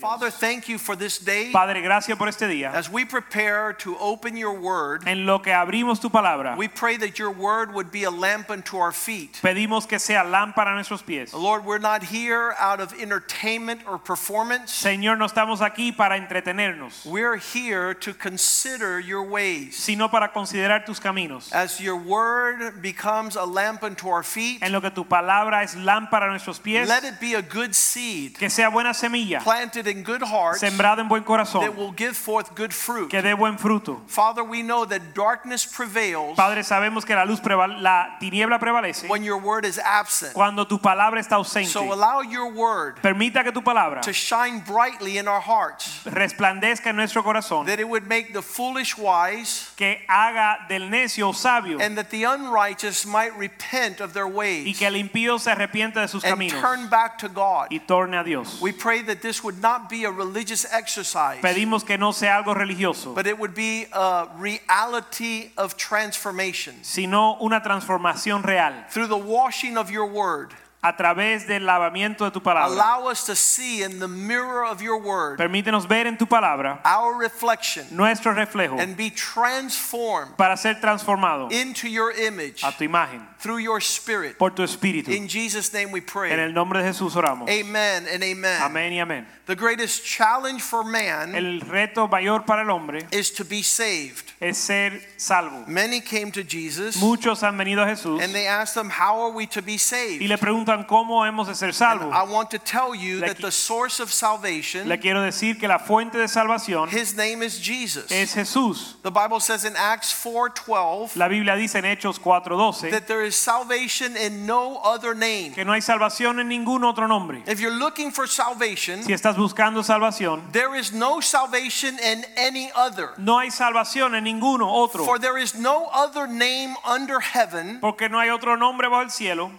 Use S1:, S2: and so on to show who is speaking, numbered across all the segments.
S1: Father, thank you for this day.
S2: Padre, gracias por este día.
S1: As we prepare to open your word,
S2: En lo que abrimos tu palabra,
S1: we pray that your word would be a lamp unto our feet.
S2: pedimos que sea lámpara a nuestros pies.
S1: Lord, we're not here out of entertainment or performance.
S2: Señor, no estamos aquí para entretenernos,
S1: We're here to consider your ways.
S2: sino para considerar tus caminos.
S1: As your word becomes a lamp unto our feet,
S2: En lo que tu palabra es lámpara a nuestros pies,
S1: let it be a good seed
S2: que sea buena semilla,
S1: planted in good hearts that
S2: sembrada en buen corazón,
S1: will give forth good fruit.
S2: que dé buen fruto.
S1: Father, we know that darkness prevails
S2: Padre, sabemos que la luz preval- la tiniebla prevalece
S1: when your word is absent.
S2: cuando tu palabra está ausente.
S1: So allow your word
S2: Permita que tu palabra
S1: to shine brightly in our hearts,
S2: resplandezca en nuestro corazón,
S1: that it would make the foolish wise,
S2: que haga del necio sabio.
S1: and that the unrighteous might repent of their
S2: y
S1: ways
S2: que el impío se arrepienta de sus
S1: and
S2: caminos
S1: turn back to God.
S2: y torne a Dios.
S1: We pray that this would not be a religious exercise,
S2: Pedimos que no sea algo religioso,
S1: but it would be a reality of transformation
S2: sino una transformación real
S1: through the washing of your word.
S2: a través del lavamiento de tu palabra.
S1: Allow us to see in the mirror of your word
S2: Permítenos ver en tu palabra
S1: our reflection
S2: nuestro reflejo
S1: and be transformed
S2: para ser transformado
S1: into your image
S2: a tu imagen
S1: through your spirit.
S2: por tu espíritu.
S1: In Jesus' name we pray.
S2: En el nombre de Jesús oramos.
S1: Amen and amen.
S2: Amén y amén.
S1: The greatest challenge for man
S2: El reto mayor para el hombre
S1: is to be saved.
S2: es ser salvo.
S1: Many came to Jesus
S2: Muchos han venido a Jesús
S1: Mm. and they asked him, How are we to be
S2: y
S1: saved?
S2: le preguntan cómo hemos de ser
S1: And
S2: salvos.
S1: I want to tell you
S2: Le
S1: that
S2: qui-
S1: the source of salvation,
S2: Le quiero decir que la fuente de salvación
S1: his name is Jesus.
S2: es Jesús.
S1: The Bible says in Acts 4:12
S2: La Biblia dice en Hechos 4:12
S1: that there is salvation in no other name.
S2: que no hay salvación en ningún otro nombre.
S1: If you're looking for salvation,
S2: Si estás buscando salvación,
S1: there is no salvation in any other.
S2: no hay salvación en ninguno otro,
S1: For there is no other name under heaven.
S2: porque no hay otro nombre bajo el cielo.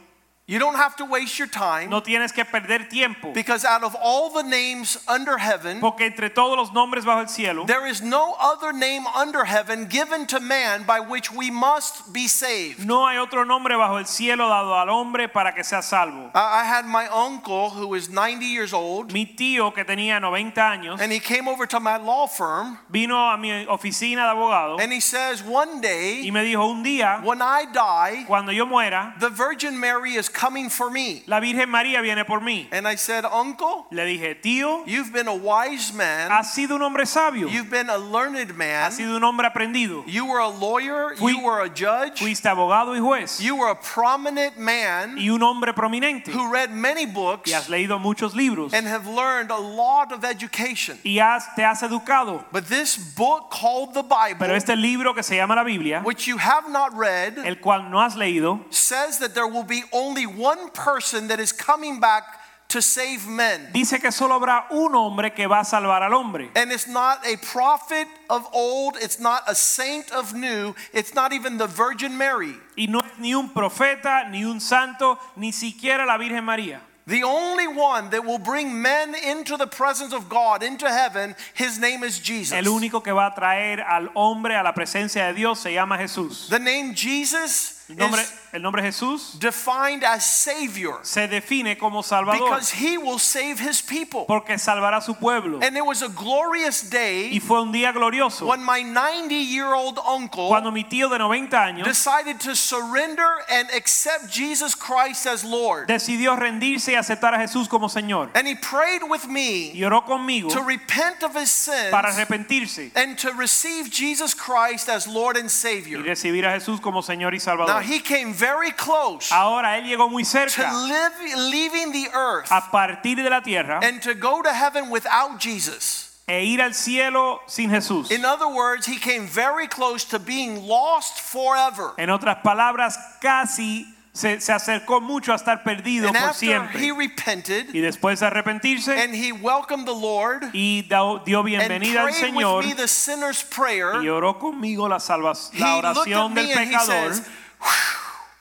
S1: You don't have to waste your time.
S2: No tienes que perder tiempo,
S1: Because out of all the names under heaven,
S2: porque entre todos los nombres bajo el cielo
S1: there is no other name under heaven given to man by which we must be saved.
S2: no hay otro nombre bajo el cielo dado al hombre para que sea salvo.
S1: I I had my uncle who was 90 years old,
S2: Mi tío que tenía 90 años
S1: and he came over to my law firm,
S2: vino a mi oficina de abogado
S1: and he says, One
S2: y
S1: day,
S2: me dijo, un día,
S1: when I die,
S2: cuando yo muera,
S1: the Virgin Mary is coming for me.
S2: la Virgen María viene por mí.
S1: And I said, Uncle,
S2: Le dije, tío,
S1: you've been a wise man,
S2: has sido un hombre sabio.
S1: you've been a learned
S2: Ha
S1: man,
S2: sido un hombre aprendido.
S1: you were a lawyer, you
S2: Fui-
S1: were a judge,
S2: Fuiste abogado y juez.
S1: you were a prominent man
S2: Y un hombre prominente.
S1: who read many books.
S2: Y has leído muchos libros.
S1: and have learned a lot of education.
S2: Y has, te has educado.
S1: But this book called the Bible,
S2: Pero este libro que se llama la Biblia,
S1: which you have not read,
S2: el cual no has leído,
S1: says that there will be only one person that is coming back to save men.
S2: dice que solo habrá un hombre que va a salvar al hombre.
S1: And it's not a prophet of old, it's not a saint of new, it's not even the Virgin Mary.
S2: Y no es ni un profeta, ni un santo, ni siquiera la Virgen María.
S1: The only one that will bring men into the presence of God, into heaven, his name is Jesus.
S2: El único que va a traer al hombre a la presencia de Dios se llama Jesús.
S1: The name Jesus
S2: El nombre,
S1: is
S2: el nombre Jesús
S1: defined as Savior.
S2: se define como Salvador
S1: because he will save his people.
S2: porque salvará a su pueblo.
S1: And it was a glorious
S2: Y
S1: day
S2: fue un día glorioso.
S1: when my 90 year old
S2: cuando
S1: uncle
S2: mi tío de 90 años
S1: decided to surrender and accept Jesus Christ as Lord.
S2: decidió rendirse y aceptar a Jesús como Señor
S1: And he prayed with me
S2: y oró conmigo
S1: to repent of his sins
S2: para arrepentirse
S1: and to receive Jesus Christ as Lord and
S2: y
S1: Savior.
S2: recibir a Jesús como Señor y
S1: Now
S2: Salvador.
S1: he came very close
S2: Ahora él llegó muy
S1: to
S2: cerca
S1: live, leaving the earth
S2: a partir de la tierra
S1: and to go to heaven without Jesus.
S2: e ir al cielo sin Jesús.
S1: In other words, he came very close to being lost forever.
S2: En otras palabras, casi se, se acercó mucho a estar perdido
S1: And
S2: por
S1: after he
S2: siempre.
S1: repented
S2: Y después de arrepentirse
S1: and he welcomed the Lord
S2: y da- dio
S1: and
S2: bienvenida al
S1: prayed
S2: Señor
S1: with me the sinner's prayer,
S2: y oró conmigo la, salva- la
S1: he looked at
S2: oración del
S1: me and he
S2: pecador,
S1: says,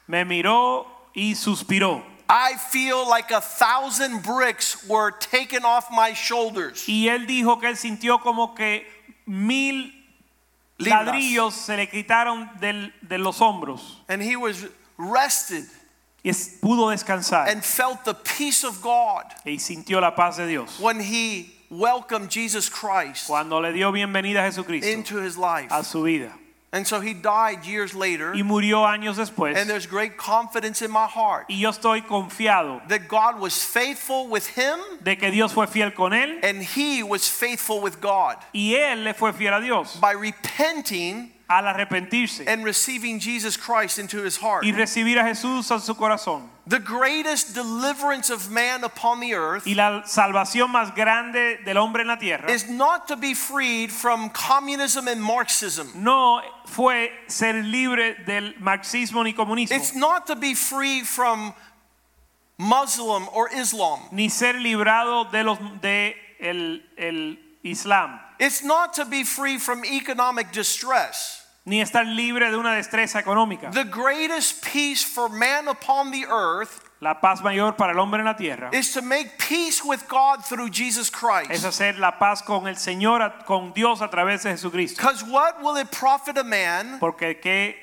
S2: me miró y suspiró.
S1: I feel like a thousand bricks were taken off my shoulders.
S2: Y él dijo que él sintió como que mil
S1: Libras.
S2: ladrillos se le quitaron del- de los hombros
S1: And he was rested
S2: y es- pudo descansar
S1: and felt the peace of God
S2: y sintió la paz de Dios
S1: when he welcomed Jesus Christ
S2: cuando le dio bienvenida a Jesucristo
S1: into his life.
S2: a su vida
S1: And so he died years later.
S2: y murió años después
S1: And there's great confidence in my heart
S2: y yo estoy confiado
S1: that God was faithful with him
S2: de que Dios fue fiel con él
S1: and he was faithful with God
S2: y él le fue fiel a Dios
S1: by repenting
S2: al arrepentirse
S1: and receiving Jesus Christ into his heart.
S2: y recibir a Jesús en su corazón
S1: The greatest deliverance of man upon the earth
S2: y la salvación más grande del hombre en la tierra
S1: is not to be freed from communism and Marxism.
S2: no fue ser libre del marxismo ni comunismo
S1: It's not to be free from Muslim or Islam.
S2: ni ser librado de los de el, el Islam,
S1: It's not to be free from economic distress.
S2: ni estar libre de una destreza económica.
S1: The greatest peace for man upon the earth
S2: La paz mayor para el hombre en la tierra
S1: is to make peace with God through Jesus
S2: es
S1: Christ.
S2: hacer la paz con el Señor, a- con Dios a través de Jesucristo.
S1: Because what will it profit a man
S2: Porque qué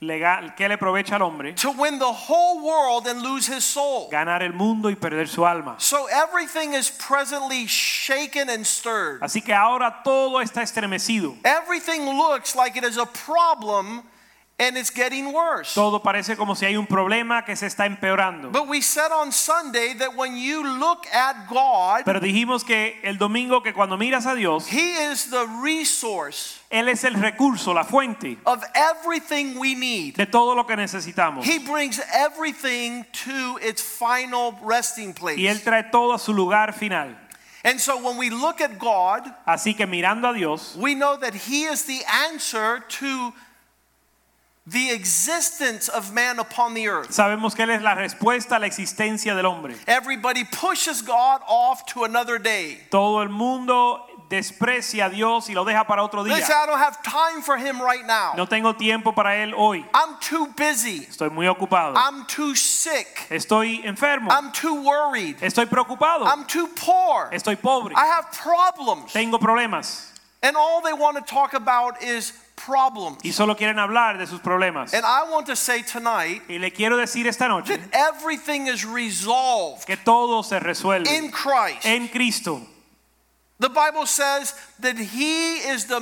S2: legal, qué le aprovecha al hombre
S1: to win the whole world and lose his soul?
S2: ganar el mundo y perder su alma.
S1: So everything is presently shaken and stirred.
S2: Así que ahora todo está estremecido.
S1: Everything looks like it is a problem and it's getting worse.
S2: Todo parece como si hay un problema que se está empeorando.
S1: But we said on Sunday that when you look at God,
S2: Pero dijimos que el domingo que cuando miras a Dios,
S1: He is the resource
S2: Él es el recurso, la fuente
S1: of everything we need.
S2: de todo lo que necesitamos.
S1: He brings everything to its final resting
S2: y él
S1: place.
S2: trae todo a su lugar final.
S1: And so when we look at God,
S2: Así que mirando a Dios,
S1: we know that He is the answer to the existence of man upon the earth.
S2: sabemos que él es la respuesta a la existencia del hombre.
S1: Everybody pushes God off to another day.
S2: Todo el mundo desprecia a Dios y lo deja para otro
S1: They
S2: día.
S1: say, I don't have time for Him right now.
S2: No tengo tiempo para él hoy.
S1: I'm too busy.
S2: Estoy muy ocupado.
S1: I'm too sick.
S2: Estoy enfermo.
S1: I'm too worried.
S2: Estoy preocupado.
S1: I'm too poor.
S2: Estoy pobre.
S1: I have problems.
S2: Tengo problemas.
S1: And all they want to talk about is
S2: Y
S1: problems.
S2: solo quieren hablar de sus problemas.
S1: And I want to say tonight
S2: Y le quiero decir esta
S1: that
S2: noche
S1: everything is resolved
S2: que todo se resuelve
S1: in Christ.
S2: en Cristo.
S1: The Bible says that He is the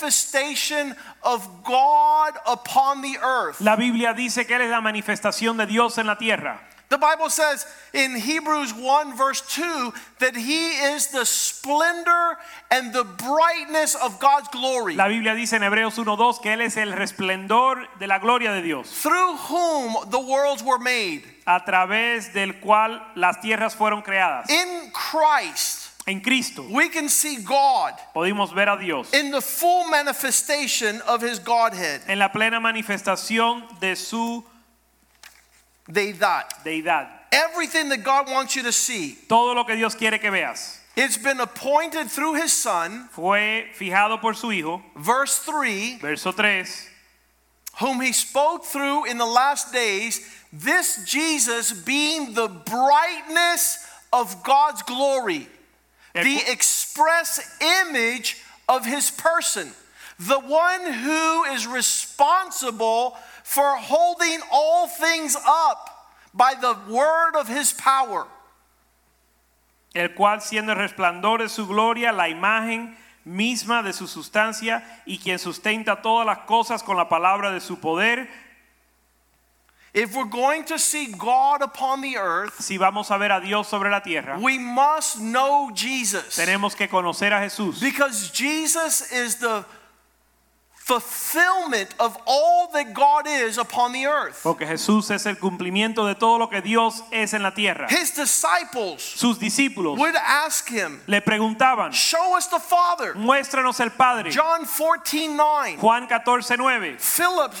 S1: manifestation of God upon the earth.
S2: La Biblia dice que Él es la manifestación de Dios en la tierra.
S1: The Bible says in Hebrews 1, verse 2, that He is the splendor and the brightness of God's glory,
S2: La Biblia dice en Hebreos 1:2 que él es el resplendor de la gloria de Dios,
S1: through whom the worlds were made.
S2: a través del cual las tierras fueron creadas.
S1: In Christ,
S2: En Cristo
S1: we can see God
S2: pudimos ver a Dios
S1: in the full manifestation of His Godhead.
S2: en la plena manifestación de su
S1: They that.
S2: deidad.
S1: Everything that God wants you to see,
S2: Todo lo que Dios quiere que veas
S1: it's been appointed through His Son,
S2: fue fijado por su hijo,
S1: verse 3,
S2: verso 3,
S1: whom He spoke through in the last days, this Jesus being the brightness of God's glory, the express image of His person, the one who is responsible for holding all things up by the word of His power.
S2: el cual siendo el resplandor de su gloria, la imagen misma de su sustancia y quien sustenta todas las cosas con la palabra de su poder,
S1: If we're going to see God upon the earth,
S2: si vamos a ver a Dios sobre la tierra.
S1: we must know Jesus.
S2: Tenemos que conocer a Jesús
S1: Because Jesus is the fulfillment of all that God is upon the earth.
S2: porque Jesús es el cumplimiento de todo lo que Dios es en la tierra.
S1: His disciples
S2: Sus discípulos
S1: would ask him,
S2: le preguntaban,
S1: Show us the Father.
S2: muéstranos el Padre.
S1: John 14 9.
S2: Juan 14, 9.
S1: Philip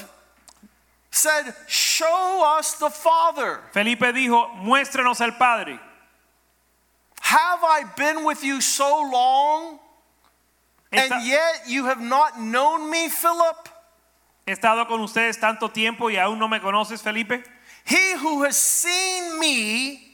S1: said, Show us the Father.
S2: Felipe dijo, muéstrenos al Padre.
S1: Have I been with you so long,
S2: Esta-
S1: and yet you have not known me, Philip?
S2: He estado con ustedes tanto tiempo y aún no me conoces, Felipe.
S1: He who has seen me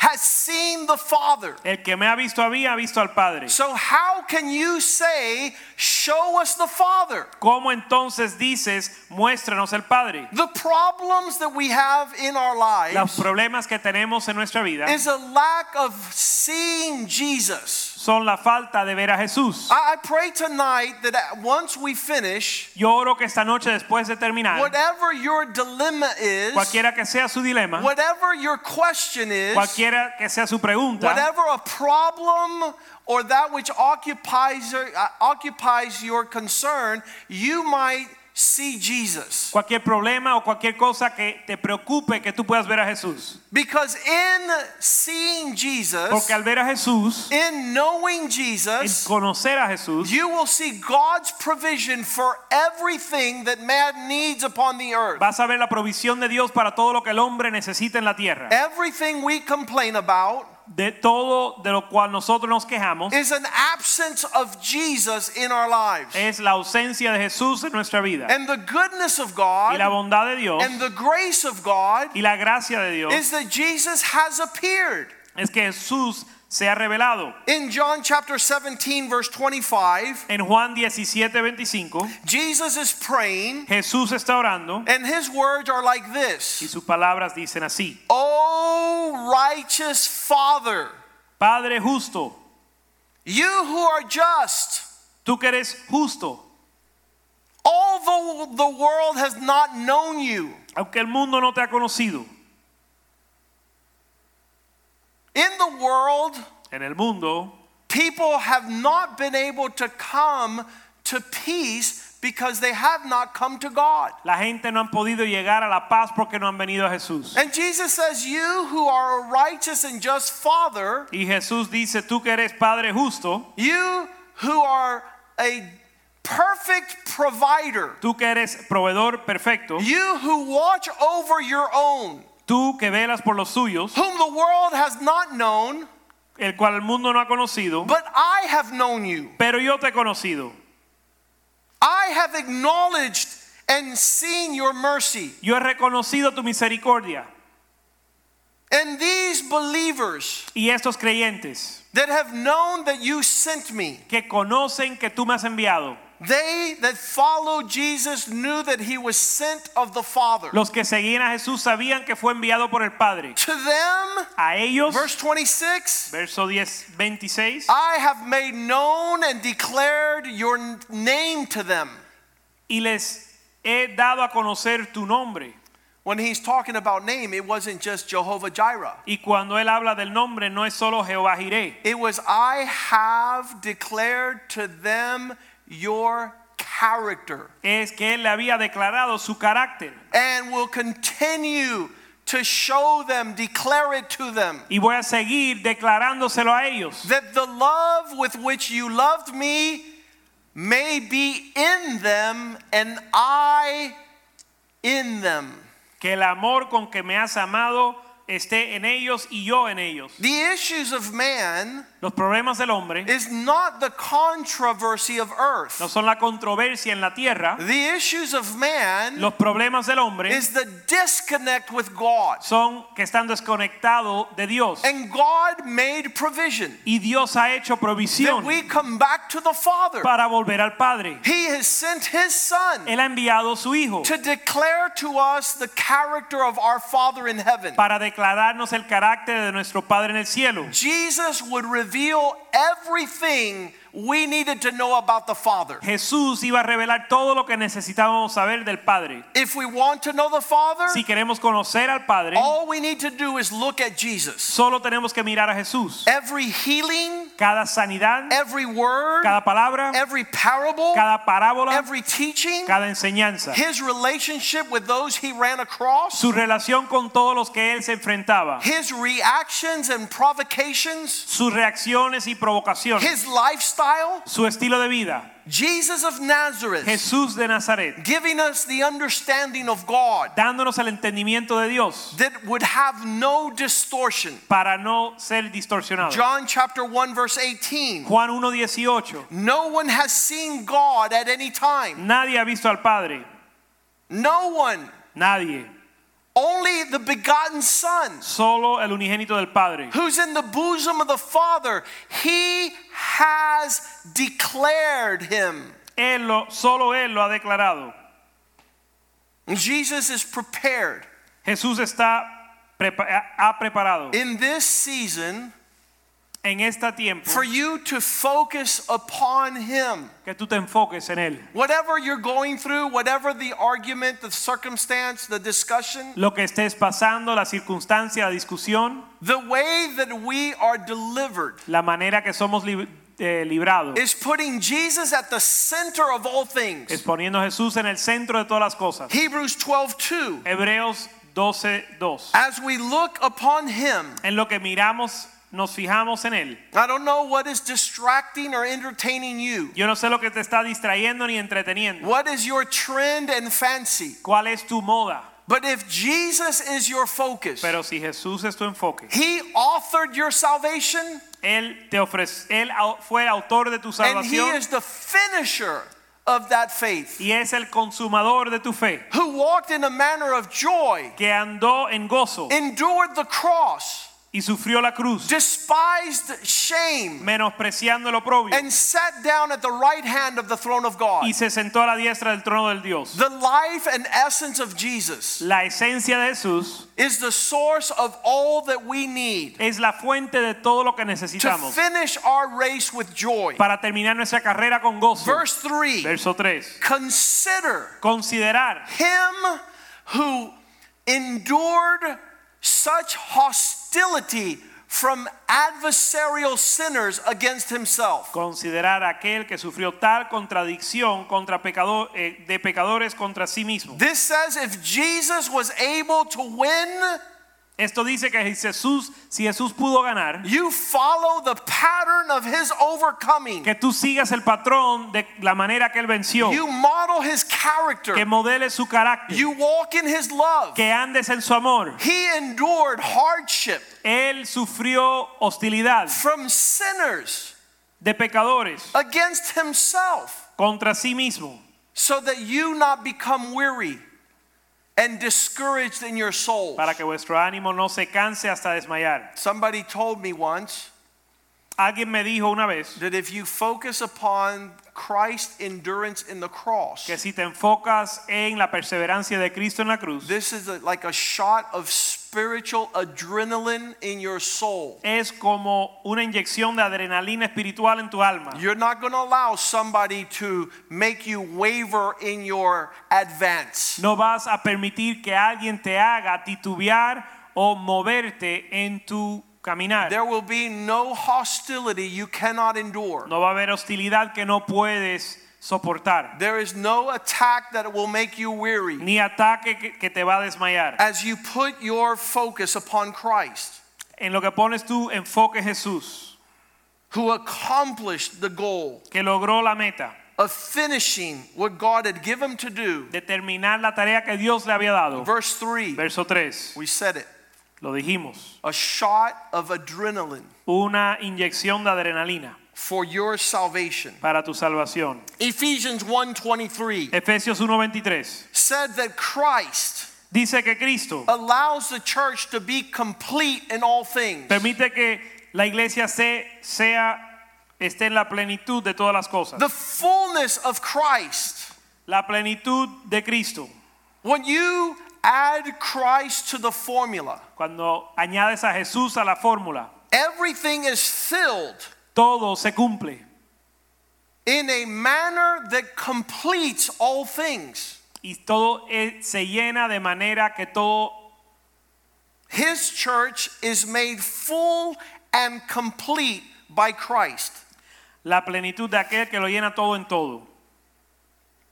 S1: has seen the Father.
S2: El que me ha visto a mí ha visto al Padre.
S1: So, how can you say, Show us the Father?
S2: ¿Cómo entonces dices, muéstranos el Padre?
S1: The problems that we have in our
S2: Los
S1: lives
S2: problemas que tenemos en nuestra vida
S1: is a lack of seeing Jesus.
S2: son la falta de ver a Jesús.
S1: I I pray tonight that once we finish,
S2: Yo oro que esta noche después de terminar,
S1: whatever your dilemma is,
S2: cualquiera que sea su dilema,
S1: whatever your question is,
S2: cualquiera que sea su pregunta,
S1: whatever a problem or that which occupies your, uh, occupies your concern, you might see Jesus.
S2: cualquier problema o cualquier cosa que te preocupe que tú puedas ver a Jesús.
S1: Because in seeing Jesus,
S2: Porque al ver a Jesús,
S1: in knowing
S2: en
S1: Jesus,
S2: conocer a Jesús,
S1: you will see God's provision for everything that man needs upon the earth.
S2: vas a ver la provisión de Dios para todo lo que el hombre necesita en la tierra.
S1: Eh. Everything we complain about
S2: De todo de lo cual nosotros nos quejamos
S1: is an absence of Jesus in our lives.
S2: es la ausencia de Jesús en nuestra vida.
S1: And the goodness of
S2: Y la
S1: God
S2: bondad de Dios
S1: and the grace of God
S2: y la gracia de Dios
S1: is that Jesus has appeared.
S2: es que Jesús se ha revelado.
S1: In John chapter 17, verse 25,
S2: En Juan 17, 25,
S1: Jesus is praying,
S2: Jesús está orando
S1: and his words are like
S2: y
S1: this
S2: sus palabras dicen así.
S1: O righteous Father,
S2: Padre justo,
S1: you who are just,
S2: tú que eres justo,
S1: although the world has not known you,
S2: aunque el mundo no te ha conocido,
S1: in the world,
S2: en el mundo
S1: people have not been able to come to peace because they have not come to God.
S2: la gente no han podido llegar a la paz porque no han venido a Jesús.
S1: And Jesus says, You who are a righteous and just Father,
S2: Y Jesús dice, tú que eres Padre justo,
S1: you who are a perfect provider,
S2: tú que eres proveedor perfecto,
S1: you who watch over your own,
S2: tú que velas por los suyos,
S1: whom the world has not known,
S2: el cual el mundo no ha conocido,
S1: but I have known you.
S2: pero yo te he conocido.
S1: I have acknowledged and seen your mercy.
S2: Yo he reconocido tu misericordia.
S1: And these believers
S2: Y estos creyentes
S1: that have known that you sent me,
S2: que conocen que tú me has enviado,
S1: they that followed Jesus knew that he was sent of the Father.
S2: los que seguían a Jesús sabían que fue enviado por el Padre.
S1: To them,
S2: A ellos,
S1: verse 26,
S2: verso 10, 26,
S1: I have made known and declared your n- name to them.
S2: y les he dado a conocer tu nombre.
S1: When he's talking about name, it wasn't just Jehovah Jireh.
S2: Y cuando él habla del nombre, no es solo Jehová Jiré,
S1: It was I have declared to them your character
S2: es que él le había declarado su carácter.
S1: and will continue to show them, declare it to them.
S2: Y voy a seguir declarándoselo a ellos.
S1: that the love with which you loved me may be in them and I in them.
S2: Que el amor con que me has amado esté en ellos y yo en ellos.
S1: The issues of man
S2: Los problemas del hombre
S1: is not the controversy of
S2: no
S1: earth.
S2: son la controversia en la tierra.
S1: The issues of man
S2: Los problemas del hombre
S1: is the disconnect with God.
S2: son que están desconectados de Dios.
S1: And God made provision
S2: Y Dios ha hecho
S1: that
S2: provisión
S1: we come back to the Father.
S2: para volver al Padre.
S1: He has sent his son
S2: Él ha enviado a su Hijo
S1: to declare to us the character of our Father in heaven.
S2: para declararnos el carácter de nuestro Padre en el cielo.
S1: Jesus would reveal everything we needed to know about the Father.
S2: Jesús iba a revelar todo lo que necesitábamos saber del Padre.
S1: If we want to know the Father,
S2: Si queremos conocer al Padre,
S1: all we need to do is look at Jesus.
S2: solo tenemos que mirar a Jesús.
S1: Every healing,
S2: Cada sanidad,
S1: every word,
S2: cada palabra,
S1: every parable,
S2: cada parábola,
S1: every teaching,
S2: cada enseñanza.
S1: his relationship with those he ran across,
S2: Su relación con todos los que él se enfrentaba.
S1: his reactions and provocations,
S2: Sus reacciones y provocación,
S1: his lifestyle,
S2: su estilo de vida,
S1: Jesus of Nazareth,
S2: Jesús de Nazaret,
S1: giving us the understanding of God
S2: dándonos el entendimiento de Dios
S1: that would have no distortion.
S2: para no ser distorsionados.
S1: John chapter 1 verse 18.
S2: Juan 1.18,
S1: No one has seen God at any time.
S2: nadie ha visto al Padre,
S1: No one.
S2: nadie,
S1: Only the begotten Son,
S2: solo el unigénito del Padre,
S1: who's in the bosom of the Father, he has declared him.
S2: él lo, solo Él lo ha declarado.
S1: Jesus is prepared.
S2: Jesús está prepa- ha preparado
S1: in this season
S2: en este tiempo
S1: for you to focus upon him.
S2: que tú te enfoques en Él.
S1: Whatever you're going through, whatever the argument, the circumstance, the discussion,
S2: Lo que estés pasando, la circunstancia, la discusión,
S1: the way that we are delivered
S2: la manera que somos lib- eh, librados
S1: is putting Jesus at the center of all
S2: es
S1: things.
S2: poniendo a Jesús en el centro de todas las cosas.
S1: Hebrews 12:2.
S2: Hebreos 12:2.
S1: As we look upon him,
S2: En lo que miramos, nos fijamos en Él.
S1: I don't know what is distracting or entertaining you.
S2: Yo no sé lo que te está distrayendo ni entreteniendo.
S1: What is your trend and fancy?
S2: ¿Cuál es tu moda?
S1: But if Jesus is your focus,
S2: Pero si Jesús es tu enfoque,
S1: he authored your salvation.
S2: Él, te ofrece, él au- fue autor de tu
S1: And he
S2: salvación
S1: is the finisher of that faith,
S2: y es el consumador de tu fe,
S1: who walked in a manner of joy,
S2: que andó en gozo
S1: endured the cross,
S2: y sufrió la cruz,
S1: despised shame,
S2: menospreciando el oprobio.
S1: and sat down at the right hand of the throne of God.
S2: y se sentó a la diestra del trono del Dios.
S1: The life and essence of Jesus
S2: La esencia de Jesús
S1: is the source of all that we need
S2: es la fuente de todo lo que
S1: to
S2: necesitamos
S1: finish our race with joy.
S2: para terminar nuestra carrera con gozo.
S1: Verse 3
S2: Verso 3.
S1: Consider
S2: Considerar
S1: him who endured such hostility from adversarial sinners against himself.
S2: considerar a aquel que sufrió tal contradicción contra pecado- eh, de pecadores contra sí mismo.
S1: This says if Jesus was able to win,
S2: Esto dice que Jesús, si Jesús pudo ganar,
S1: you follow the pattern of his overcoming.
S2: que tú sigas el patrón de la manera que él venció,
S1: You model his
S2: que
S1: character.
S2: modeles su carácter,
S1: You walk in his love.
S2: que andes en su amor.
S1: He endured hardship
S2: Él sufrió hostilidad
S1: from sinners
S2: de pecadores
S1: against himself
S2: contra sí mismo.
S1: so that you not become weary and discouraged in your soul.
S2: para que vuestro ánimo no se canse hasta desmayar.
S1: Somebody told me once
S2: Alguien me dijo una vez
S1: that if you focus upon Christ's endurance in the cross,
S2: que si te enfocas en la perseverancia de Cristo en la cruz,
S1: this is a- like a shot of spiritual adrenaline in your soul.
S2: es como una inyección de adrenalina espiritual en tu alma.
S1: You're not going to allow somebody to make you waver in your advance.
S2: No vas a permitir que alguien te haga titubear o moverte en tu caminar.
S1: There will be no hostility you cannot endure.
S2: No va a haber hostilidad que no puedes soportar,
S1: There is no attack that will make you weary
S2: ni ataque que- que te va a desmayar.
S1: as you put your focus upon Christ,
S2: En lo que pones tu enfoque Jesús,
S1: who accomplished the goal.
S2: que logró la meta.
S1: of finishing what God had given him to do.
S2: determinar la tarea que Dios le había dado.
S1: Verse 3,
S2: Verso 3,
S1: we said it
S2: lo dijimos,
S1: a shot of adrenaline
S2: una inyección de adrenalina
S1: for your salvation.
S2: para tu salvación.
S1: Ephesians 1:23
S2: Efesios 1:23
S1: said that Christ
S2: dice que Cristo
S1: allows the church to be complete in all things.
S2: permite que la iglesia se, sea, esté en la plenitud de todas las cosas.
S1: The fullness of Christ.
S2: La plenitud de Cristo.
S1: When you add Christ to the formula,
S2: Cuando añades a Jesús a la fórmula,
S1: everything is filled
S2: todo se cumple
S1: in a manner that completes all things.
S2: y todo eh, se llena de manera que todo
S1: His church is made full and complete by Christ.
S2: la plenitud de aquel que lo llena todo en todo.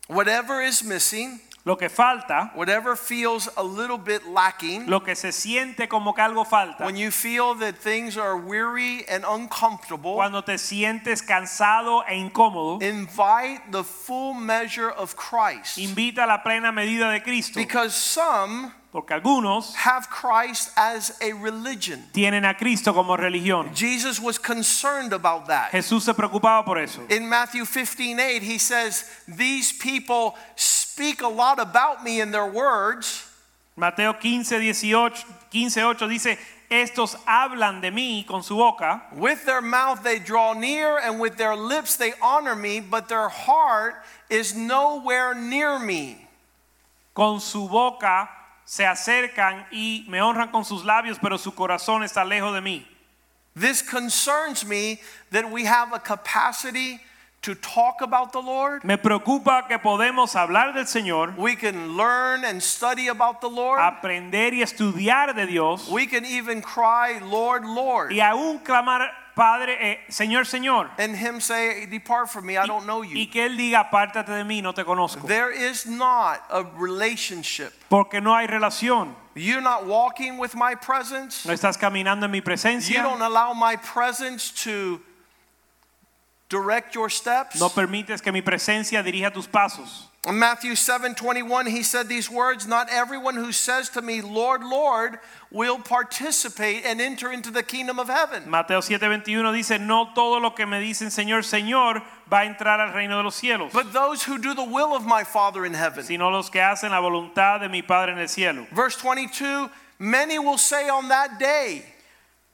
S1: Whatever is missing,
S2: Lo que falta,
S1: Whatever feels a little bit lacking,
S2: lo que se siente como que algo falta,
S1: when you feel that things are weary and uncomfortable,
S2: cuando te sientes cansado e incómodo,
S1: invite the full measure of Christ.
S2: invita a la plena medida de Cristo.
S1: Because some
S2: Porque algunos
S1: have Christ as a religion.
S2: tienen a Cristo como religión.
S1: Jesus was concerned about that.
S2: Jesús se preocupaba por eso.
S1: In Matthew 15 8, he says, These people speak a lot about me in their words,
S2: Mateo 15, 18, 15, 8 dice, estos hablan de mí con su boca,
S1: With their mouth they draw near, and with their lips they honor me, but their heart is nowhere near me.
S2: con su boca se acercan y me honran con sus labios, pero su corazón está lejos de mí.
S1: This concerns me that we have a capacity to talk about the Lord.
S2: Me preocupa que podemos hablar del Señor,
S1: We can learn and study about the Lord.
S2: aprender y estudiar de Dios
S1: We can even cry, Lord, Lord.
S2: y aún clamar, Padre, eh, Señor, Señor,
S1: And him say, Depart from me, I don't know you.
S2: y que Él diga, apártate de mí, no te conozco,
S1: There is not a relationship.
S2: porque no hay relación,
S1: You're not walking with my presence.
S2: no estás caminando en mi
S1: You
S2: presencia,
S1: don't allow my presence to direct your steps.
S2: no permites que mi presencia dirija tus pasos.
S1: In Matthew 7 21, he said these words Not everyone who says to me, Lord, Lord, will participate and enter into the kingdom of heaven.
S2: Mateo 7:21 dice, no todo lo que me dicen Señor, Señor va a entrar al reino de los cielos,
S1: But those who do the will of my Father in heaven.
S2: sino los que hacen la voluntad de mi Padre en el cielo.
S1: Verse 22 Many will say on that day,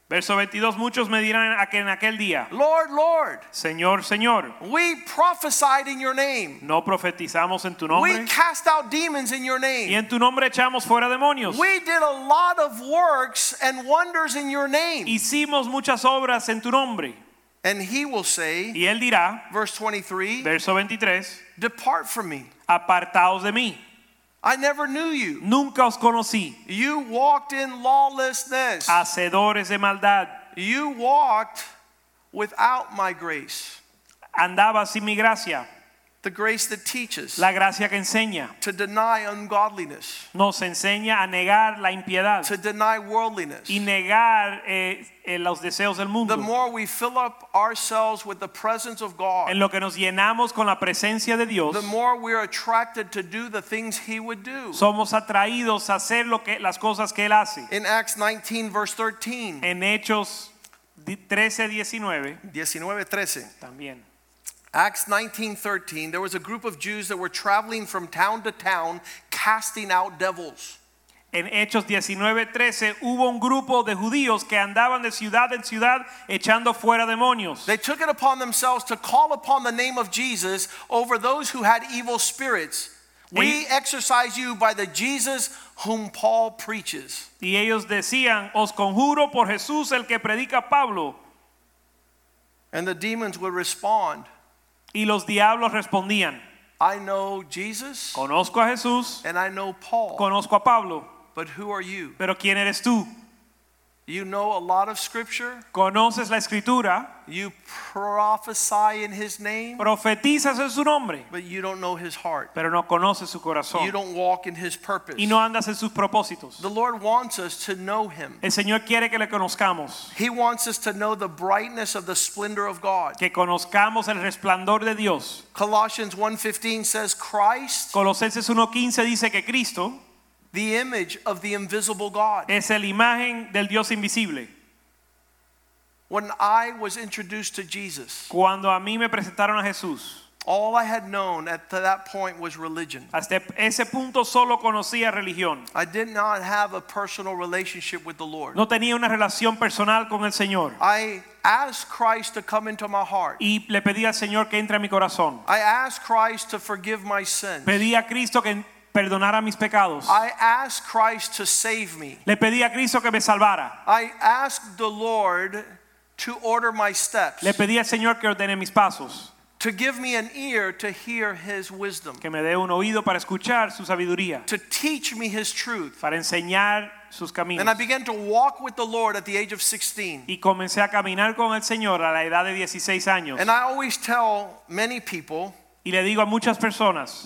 S2: Verso 22, muchos me dirán aqu- en aquel día,
S1: Lord, Lord,
S2: Señor, Señor,
S1: we prophesied in your name.
S2: no profetizamos en tu
S1: We
S2: nombre
S1: cast out demons in your
S2: y
S1: name.
S2: en tu nombre echamos fuera demonios.
S1: We did a lot of works and wonders in your name.
S2: Hicimos muchas obras en tu nombre.
S1: And he will say,
S2: Y él dirá,
S1: verse 23,
S2: verso 23,
S1: Depart from me.
S2: apartaos de mí,
S1: I never knew you.
S2: nunca os conocí,
S1: You walked in lawlessness.
S2: Ah. hacedores de maldad,
S1: You walked without my grace,
S2: andabas sin mi gracia,
S1: the grace that teaches
S2: la gracia que enseña.
S1: to deny ungodliness,
S2: nos enseña a negar la impiedad
S1: to deny worldliness.
S2: y negar eh, eh, los deseos del
S1: The
S2: mundo.
S1: more we fill up ourselves with the presence of
S2: En
S1: God,
S2: lo que nos llenamos con la presencia de Dios,
S1: the more we're attracted to do the things He would do.
S2: somos atraídos a hacer lo que, las cosas que Él hace.
S1: In Acts 19, verse 13,
S2: En Hechos 13, 19
S1: 19, 13.
S2: también.
S1: Acts 19, 13, there was a group of Jews that were traveling from town to town casting out devils.
S2: En Hechos 19, 13 hubo un grupo de judíos que andaban de ciudad en ciudad echando fuera demonios.
S1: They took it upon themselves to call upon the name of Jesus over those who had evil spirits. We exorcise you by the Jesus whom Paul preaches.
S2: Y ellos decían, os conjuro por Jesús el que predica Pablo.
S1: And the demons would respond,
S2: Y los diablos respondían,
S1: I know Jesus.
S2: conozco a Jesús
S1: And I know Paul,
S2: Conozco a Pablo,
S1: but who are you?
S2: pero ¿quién eres tú?
S1: You know a lot of scripture.
S2: ¿Conoces la escritura?
S1: You prophesy in his name,
S2: Profetizas en su nombre,
S1: but you don't know his heart.
S2: pero no conoces su corazón
S1: You don't walk in his purpose.
S2: y no andas en sus propósitos.
S1: The Lord wants us to know him.
S2: El Señor quiere que le conozcamos,
S1: He wants us to know the brightness of the splendor of God.
S2: que conozcamos el resplandor de Dios.
S1: Colossians 1:15 says Christ,
S2: Colosenses 1.15 dice que Cristo
S1: the image of the invisible God.
S2: es la imagen del Dios invisible.
S1: When I was introduced to Jesus,
S2: Cuando a mí me presentaron a Jesús,
S1: all I had known at that point was religion.
S2: hasta ese punto solo conocía religión.
S1: I did not have a personal relationship with the Lord.
S2: No tenía una relación personal con el Señor.
S1: I asked Christ to come into my heart.
S2: Y le pedí al Señor que entre a mi corazón.
S1: I asked Christ to forgive my sins.
S2: Pedí a Cristo que perdonara mis pecados.
S1: I asked Christ to save me.
S2: Le pedí a Cristo que me salvara.
S1: I asked the Lord to order my steps,
S2: Le pedí al Señor que ordene mis pasos,
S1: to give me an ear to hear his wisdom,
S2: que me dé un oído para escuchar su sabiduría,
S1: to teach me his truth.
S2: para enseñar sus caminos.
S1: And I began to walk with the Lord at the age of 16.
S2: Y comencé a caminar con el Señor a la edad de 16 años.
S1: And I always tell many people
S2: Y le digo a muchas personas,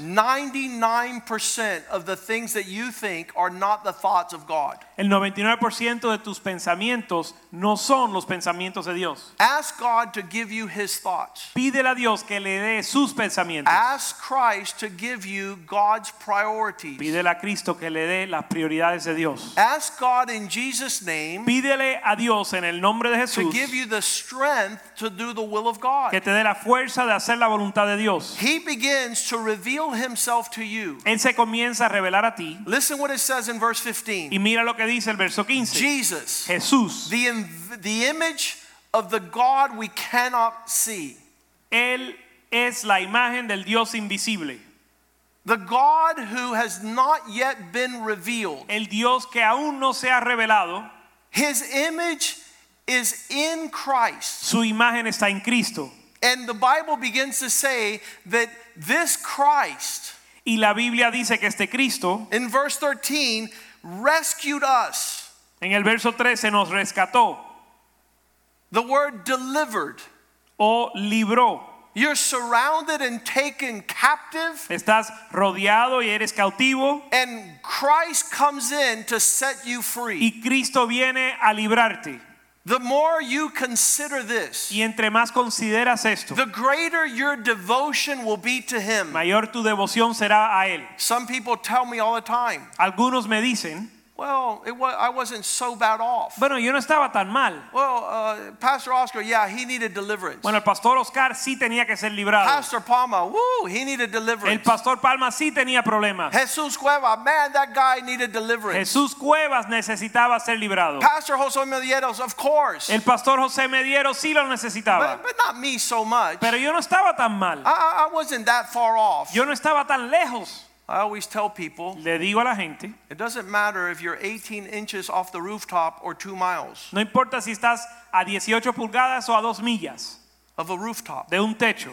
S1: 99% of the things that you think are not the thoughts of God.
S2: el 99% de tus pensamientos no son los pensamientos de Dios.
S1: Ask God to give you his thoughts.
S2: Pídele a Dios que le dé sus pensamientos.
S1: Ask Christ to give you God's priorities.
S2: Pídele a Cristo que le dé las prioridades de Dios.
S1: Ask God in Jesus' name
S2: Pídele a Dios en el nombre de
S1: to
S2: Jesús
S1: give
S2: que
S1: you the strength to do the will of God.
S2: te dé la fuerza de hacer la voluntad de Dios.
S1: He begins to reveal himself to you.
S2: Él se comienza a revelar a ti
S1: Listen what it says in verse
S2: y
S1: 15.
S2: mira lo que dice el verso 15.
S1: Jesus,
S2: Jesús,
S1: the, inv- the image of the God we cannot see,
S2: Él es la imagen del Dios invisible,
S1: the God who has not yet been revealed.
S2: el Dios que aún no se ha revelado,
S1: His image is in Christ.
S2: su imagen está en Cristo.
S1: And the Bible begins to say that this Christ,
S2: Y la Biblia dice que este Cristo,
S1: in verse 13, rescued us.
S2: en el verso 13, nos rescató
S1: The word delivered.
S2: o libró.
S1: You're surrounded and taken captive,
S2: Estás rodeado y eres cautivo
S1: and Christ comes in to set you free.
S2: y Cristo viene a librarte.
S1: The more you consider this,
S2: Y entre más consideras esto,
S1: the greater your devotion will be to Him.
S2: mayor tu devoción será a Él.
S1: Some people tell me all the time,
S2: Algunos me dicen,
S1: well, it wa- I wasn't so bad off.
S2: bueno, yo no estaba tan mal.
S1: Well, uh, Pastor Oscar, yeah, he needed deliverance.
S2: Bueno, el pastor Oscar sí tenía que ser librado.
S1: Pastor Palma, woo, he needed
S2: El
S1: deliverance.
S2: pastor Palma sí tenía problemas.
S1: Jesus Cueva, man, that guy needed deliverance.
S2: Jesús Cuevas necesitaba ser librado.
S1: Pastor Jose Medieros, of course.
S2: El pastor José Mediero sí lo
S1: But,
S2: necesitaba.
S1: but not me so much. I,
S2: Pero yo no estaba tan mal.
S1: I I wasn't that far off.
S2: Yo no estaba tan lejos.
S1: I always tell people
S2: Le digo a la gente,
S1: it doesn't matter if you're 18 inches off the rooftop or two miles
S2: no importa si estás a 18 pulgadas o a 2 millas
S1: of a rooftop.
S2: de un techo.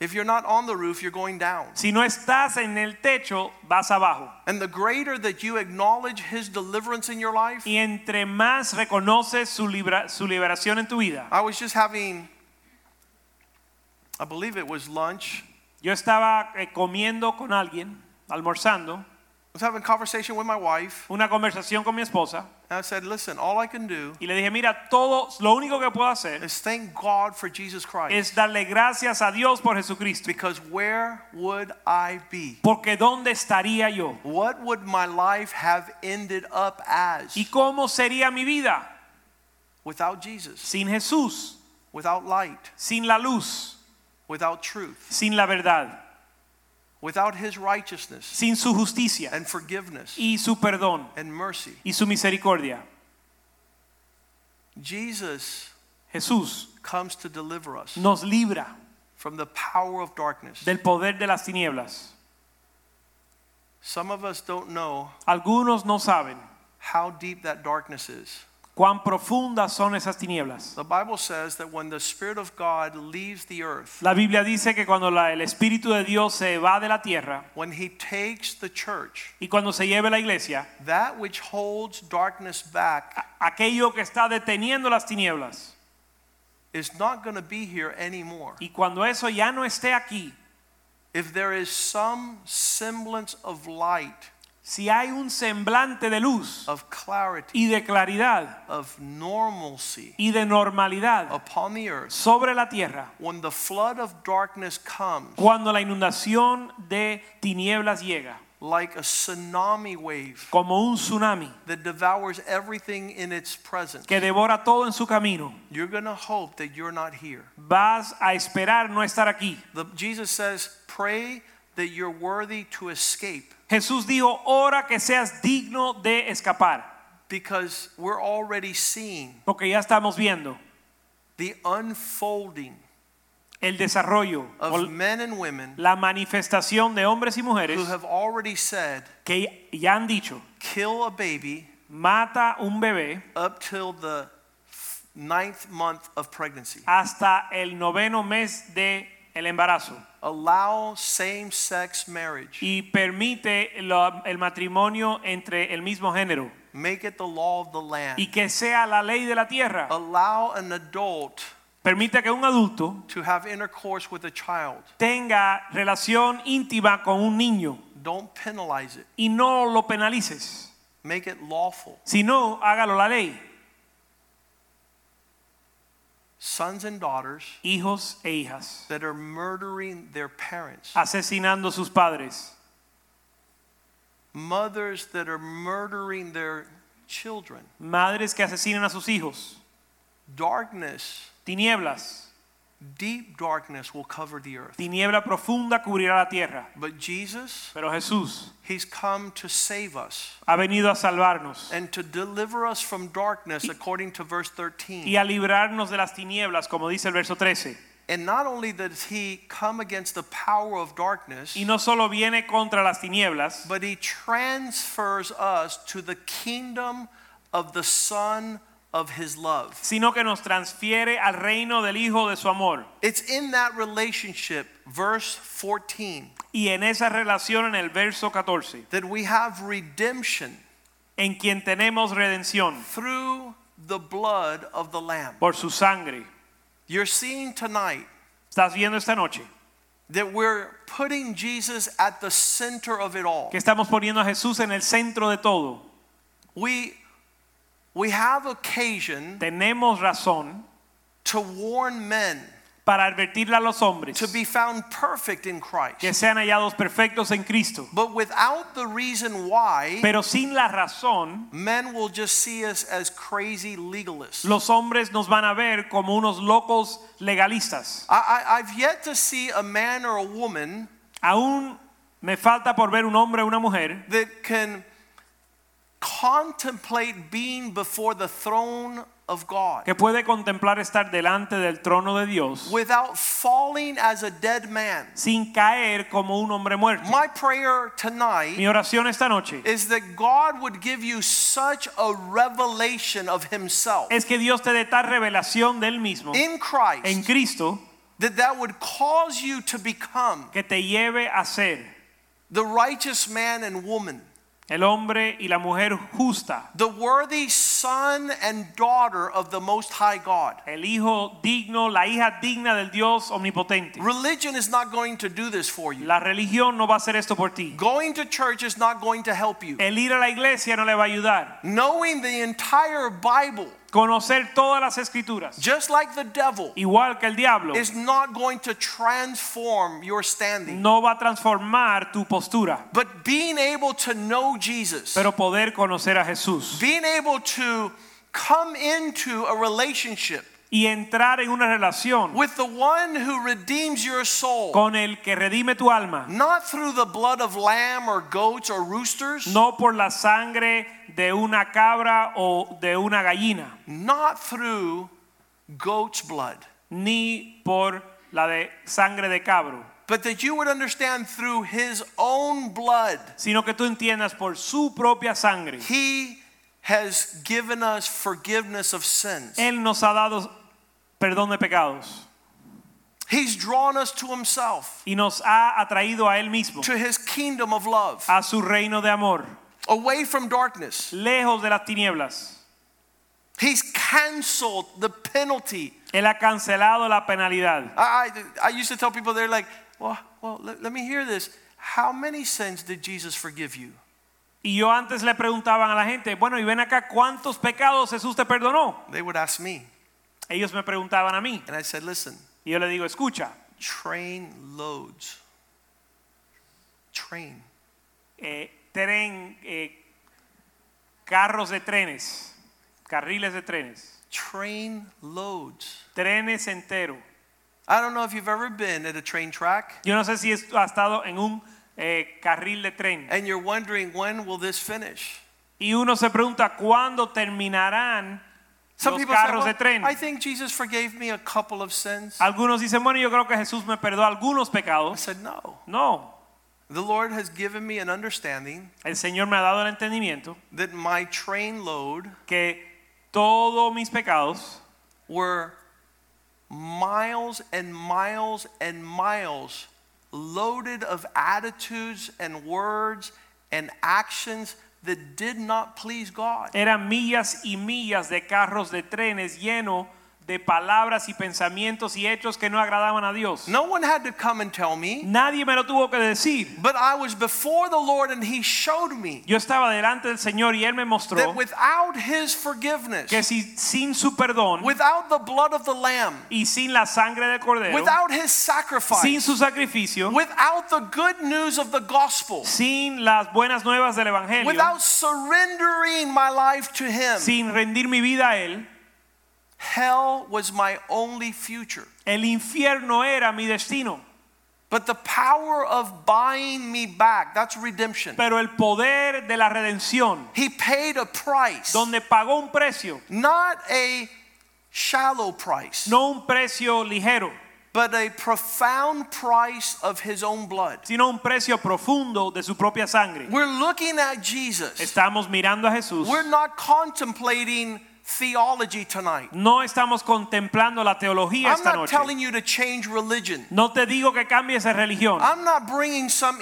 S1: If you're not on the roof, you're going down.
S2: Si no estás en el techo, vas abajo.
S1: And the greater that you acknowledge His deliverance in your life,
S2: Y entre más reconoces su, libra- su liberación en tu vida.
S1: I was just having, I believe it was lunch.
S2: Yo estaba eh, comiendo con alguien, almorzando,
S1: I was having a conversation with my wife.
S2: una conversación con mi esposa
S1: And I said, listen, all I can do
S2: y le dije, mira, todo, lo único que puedo hacer
S1: is thank God for Jesus Christ.
S2: es darle gracias a Dios por Jesucristo.
S1: because where would I be?
S2: Porque ¿dónde estaría yo?
S1: What would my life have ended up as
S2: ¿Y cómo sería mi vida
S1: without Jesus,
S2: sin Jesús,
S1: without light,
S2: sin la luz,
S1: without truth,
S2: sin la verdad,
S1: without His righteousness
S2: sin su justicia
S1: and forgiveness
S2: y su perdón
S1: and mercy?
S2: y su misericordia?
S1: Jesus
S2: Jesús
S1: comes to deliver us
S2: nos libra
S1: from the power of darkness.
S2: del poder de las tinieblas.
S1: Some of us don't know
S2: Algunos no saben
S1: how deep that darkness is.
S2: cuán profundas son esas tinieblas.
S1: The Bible says that when the Spirit of God leaves the earth,
S2: La Biblia dice que cuando la- el Espíritu de Dios se va de la tierra
S1: when He takes the church,
S2: y cuando se lleve la iglesia,
S1: that which holds darkness back
S2: a- aquello que está deteniendo las tinieblas,
S1: is not going to be here anymore.
S2: y cuando eso ya no esté aquí,
S1: If there is some semblance of light,
S2: si hay un semblante de luz
S1: of clarity,
S2: y de claridad
S1: of normalcy
S2: y de normalidad
S1: upon the earth,
S2: sobre la tierra,
S1: when the flood of darkness comes,
S2: cuando la inundación de tinieblas llega,
S1: like a tsunami wave
S2: como un tsunami
S1: that devours everything in its presence,
S2: que devora todo en su camino,
S1: you're going to hope that you're not here.
S2: vas a esperar no estar aquí.
S1: The, Jesus says, pray that you're worthy to escape
S2: Jesús dijo, ora que seas digno de escapar,
S1: because we're already seeing
S2: porque ya estamos viendo
S1: the unfolding
S2: el desarrollo, o
S1: of men and women
S2: la manifestación de hombres y mujeres
S1: who have already said,
S2: que ya han dicho,
S1: kill a baby
S2: mata un bebé
S1: up till the f- ninth month of pregnancy.
S2: hasta el noveno mes de el embarazo
S1: Allow same sex marriage,
S2: y permite lo- el matrimonio entre el mismo género
S1: make it the law of the land. Oh.
S2: y que sea la ley de la tierra.
S1: Allow an adult
S2: Permite que un adulto
S1: to have intercourse with a child.
S2: tenga relación íntima con un niño
S1: Don't penalize it.
S2: y no lo penalices,
S1: Make it lawful.
S2: sino hágalo la ley,
S1: Sons and daughters
S2: hijos e hijas,
S1: that are murdering their parents.
S2: asesinando a sus padres,
S1: Mothers that are murdering their children.
S2: madres que asesinan a sus hijos,
S1: Darkness,
S2: tinieblas,
S1: deep darkness will cover the earth.
S2: tiniebla profunda cubrirá la tierra.
S1: But Jesus,
S2: Pero Jesús
S1: he's come to save us
S2: ha venido a salvarnos
S1: and to deliver us from darkness according to verse 13.
S2: y a librarnos de las tinieblas, como dice el verso 13.
S1: And not only does he come against the power of darkness,
S2: Y no solo viene contra las tinieblas,
S1: but he transfers us to the kingdom of the Son of his love.
S2: sino que nos transfiere al reino del Hijo de su amor.
S1: It's in that relationship, verse 14,
S2: Y en esa relación en el verso 14,
S1: that we have redemption
S2: en quien tenemos redención
S1: through the blood of the Lamb.
S2: por su sangre.
S1: You're seeing tonight
S2: Estás viendo esta noche
S1: that we're putting Jesus at the center of it all.
S2: que estamos poniendo a Jesús en el centro de todo.
S1: We we have occasion
S2: Tenemos razón
S1: to warn men
S2: para advertirle a los hombres
S1: to be found perfect in Christ.
S2: que sean hallados perfectos en Cristo,
S1: But without the reason why,
S2: pero sin la razón
S1: men will just see us as crazy legalists.
S2: los hombres nos van a ver como unos locos legalistas.
S1: I, I, I've yet to see a man or a woman
S2: Aún me falta por ver un hombre o una mujer
S1: that can contemplate being before the throne of God
S2: que puede contemplar estar delante del trono de Dios
S1: without falling as a dead man.
S2: sin caer como un hombre muerto.
S1: My prayer tonight
S2: Mi oración esta noche
S1: is that God would give you such a revelation of Himself
S2: es que Dios te dé tal revelación de Él mismo
S1: in
S2: en
S1: Christ
S2: Cristo
S1: that that would cause you to become
S2: que te lleve a ser
S1: the righteous man and woman.
S2: el hombre y la mujer justa,
S1: the worthy son and daughter of the Most High God.
S2: el hijo digno, la hija digna del Dios omnipotente.
S1: Religion is not going to do this for you.
S2: La religión no va a hacer esto por ti.
S1: Going to church is not going to help you.
S2: El ir a la iglesia no le va a ayudar.
S1: Knowing the entire Bible,
S2: Conocer todas las escrituras,
S1: just like the devil,
S2: igual que el diablo,
S1: is not going to transform your standing.
S2: no va a transformar tu postura.
S1: But being able to know Jesus,
S2: pero poder conocer a Jesús
S1: being able to come into a relationship
S2: y entrar en una relación
S1: with the one who redeems your soul,
S2: con el que redime tu alma,
S1: not through the blood of lamb or goats or roosters.
S2: no por la sangre de una cabra o de una gallina,
S1: not through goat's blood,
S2: ni por la de sangre de cabro,
S1: but that you would understand through his own blood.
S2: sino que tú entiendas por su propia sangre.
S1: He has given us forgiveness of sins.
S2: Él nos ha dado perdón de pecados
S1: He's drawn us to himself,
S2: y nos ha atraído a Él mismo,
S1: to his kingdom of love,
S2: a su reino de amor,
S1: away from darkness.
S2: lejos de las tinieblas.
S1: He's canceled the penalty.
S2: Él ha cancelado la penalidad.
S1: I, I, I used to tell people, they're like, well, well let, let me hear this. How many sins did Jesus forgive you?
S2: Y yo antes le preguntaban a la gente, bueno, y ven acá, ¿cuántos pecados Jesús te perdonó?
S1: They would ask me.
S2: Ellos me preguntaban a mí.
S1: And I said, listen,
S2: Y yo le digo, escucha,
S1: train loads. Train.
S2: eh, tren, eh, carros de trenes, carriles de trenes,
S1: train loads.
S2: trenes enteros.
S1: I don't know if you've ever been at a train track
S2: Yo no sé si has estado en un eh, carril de tren.
S1: and you're wondering when will this finish.
S2: Y uno se pregunta, ¿cuándo terminarán los
S1: say,
S2: carros de
S1: "Well,
S2: tren?
S1: I think Jesus forgave me a couple of sins. I
S2: Algunos dicen, bueno, yo creo que Jesús me perdonó algunos pecados.
S1: said, no.
S2: No,
S1: The Lord has given me an understanding
S2: el Señor me ha dado el entendimiento.
S1: that my train load
S2: que todos mis pecados
S1: were miles and miles and miles loaded of attitudes and words and actions that did not please God.
S2: eran millas y millas de carros de trenes llenos de palabras y pensamientos y hechos que no agradaban a Dios.
S1: No one had to come and tell me,
S2: Nadie me lo tuvo que decir.
S1: but I was before the Lord and He showed me
S2: Yo estaba delante del Señor y Él me mostró
S1: that without His
S2: que
S1: forgiveness,
S2: si, sin su perdón
S1: without the blood of the Lamb,
S2: y sin la sangre del Cordero,
S1: without His
S2: sin
S1: sacrifice,
S2: su sacrificio,
S1: without the good news of the gospel,
S2: sin las buenas nuevas del Evangelio,
S1: without surrendering my life to Him,
S2: sin rendir mi vida a Él,
S1: hell was my only future.
S2: el infierno era mi destino.
S1: But the power of buying me back, that's redemption.
S2: Pero el poder de la redención,
S1: He paid a price,
S2: donde pagó un precio,
S1: not a shallow price,
S2: no un precio ligero,
S1: but a profound price of his own blood.
S2: sino un precio profundo de su propia sangre.
S1: We're looking at Jesus.
S2: Estamos mirando a Jesús.
S1: We're not contemplating theology tonight.
S2: No estamos contemplando la teología
S1: I'm
S2: esta
S1: not
S2: noche.
S1: telling you to change religion.
S2: No te digo que cambies de religión,
S1: I'm not bringing some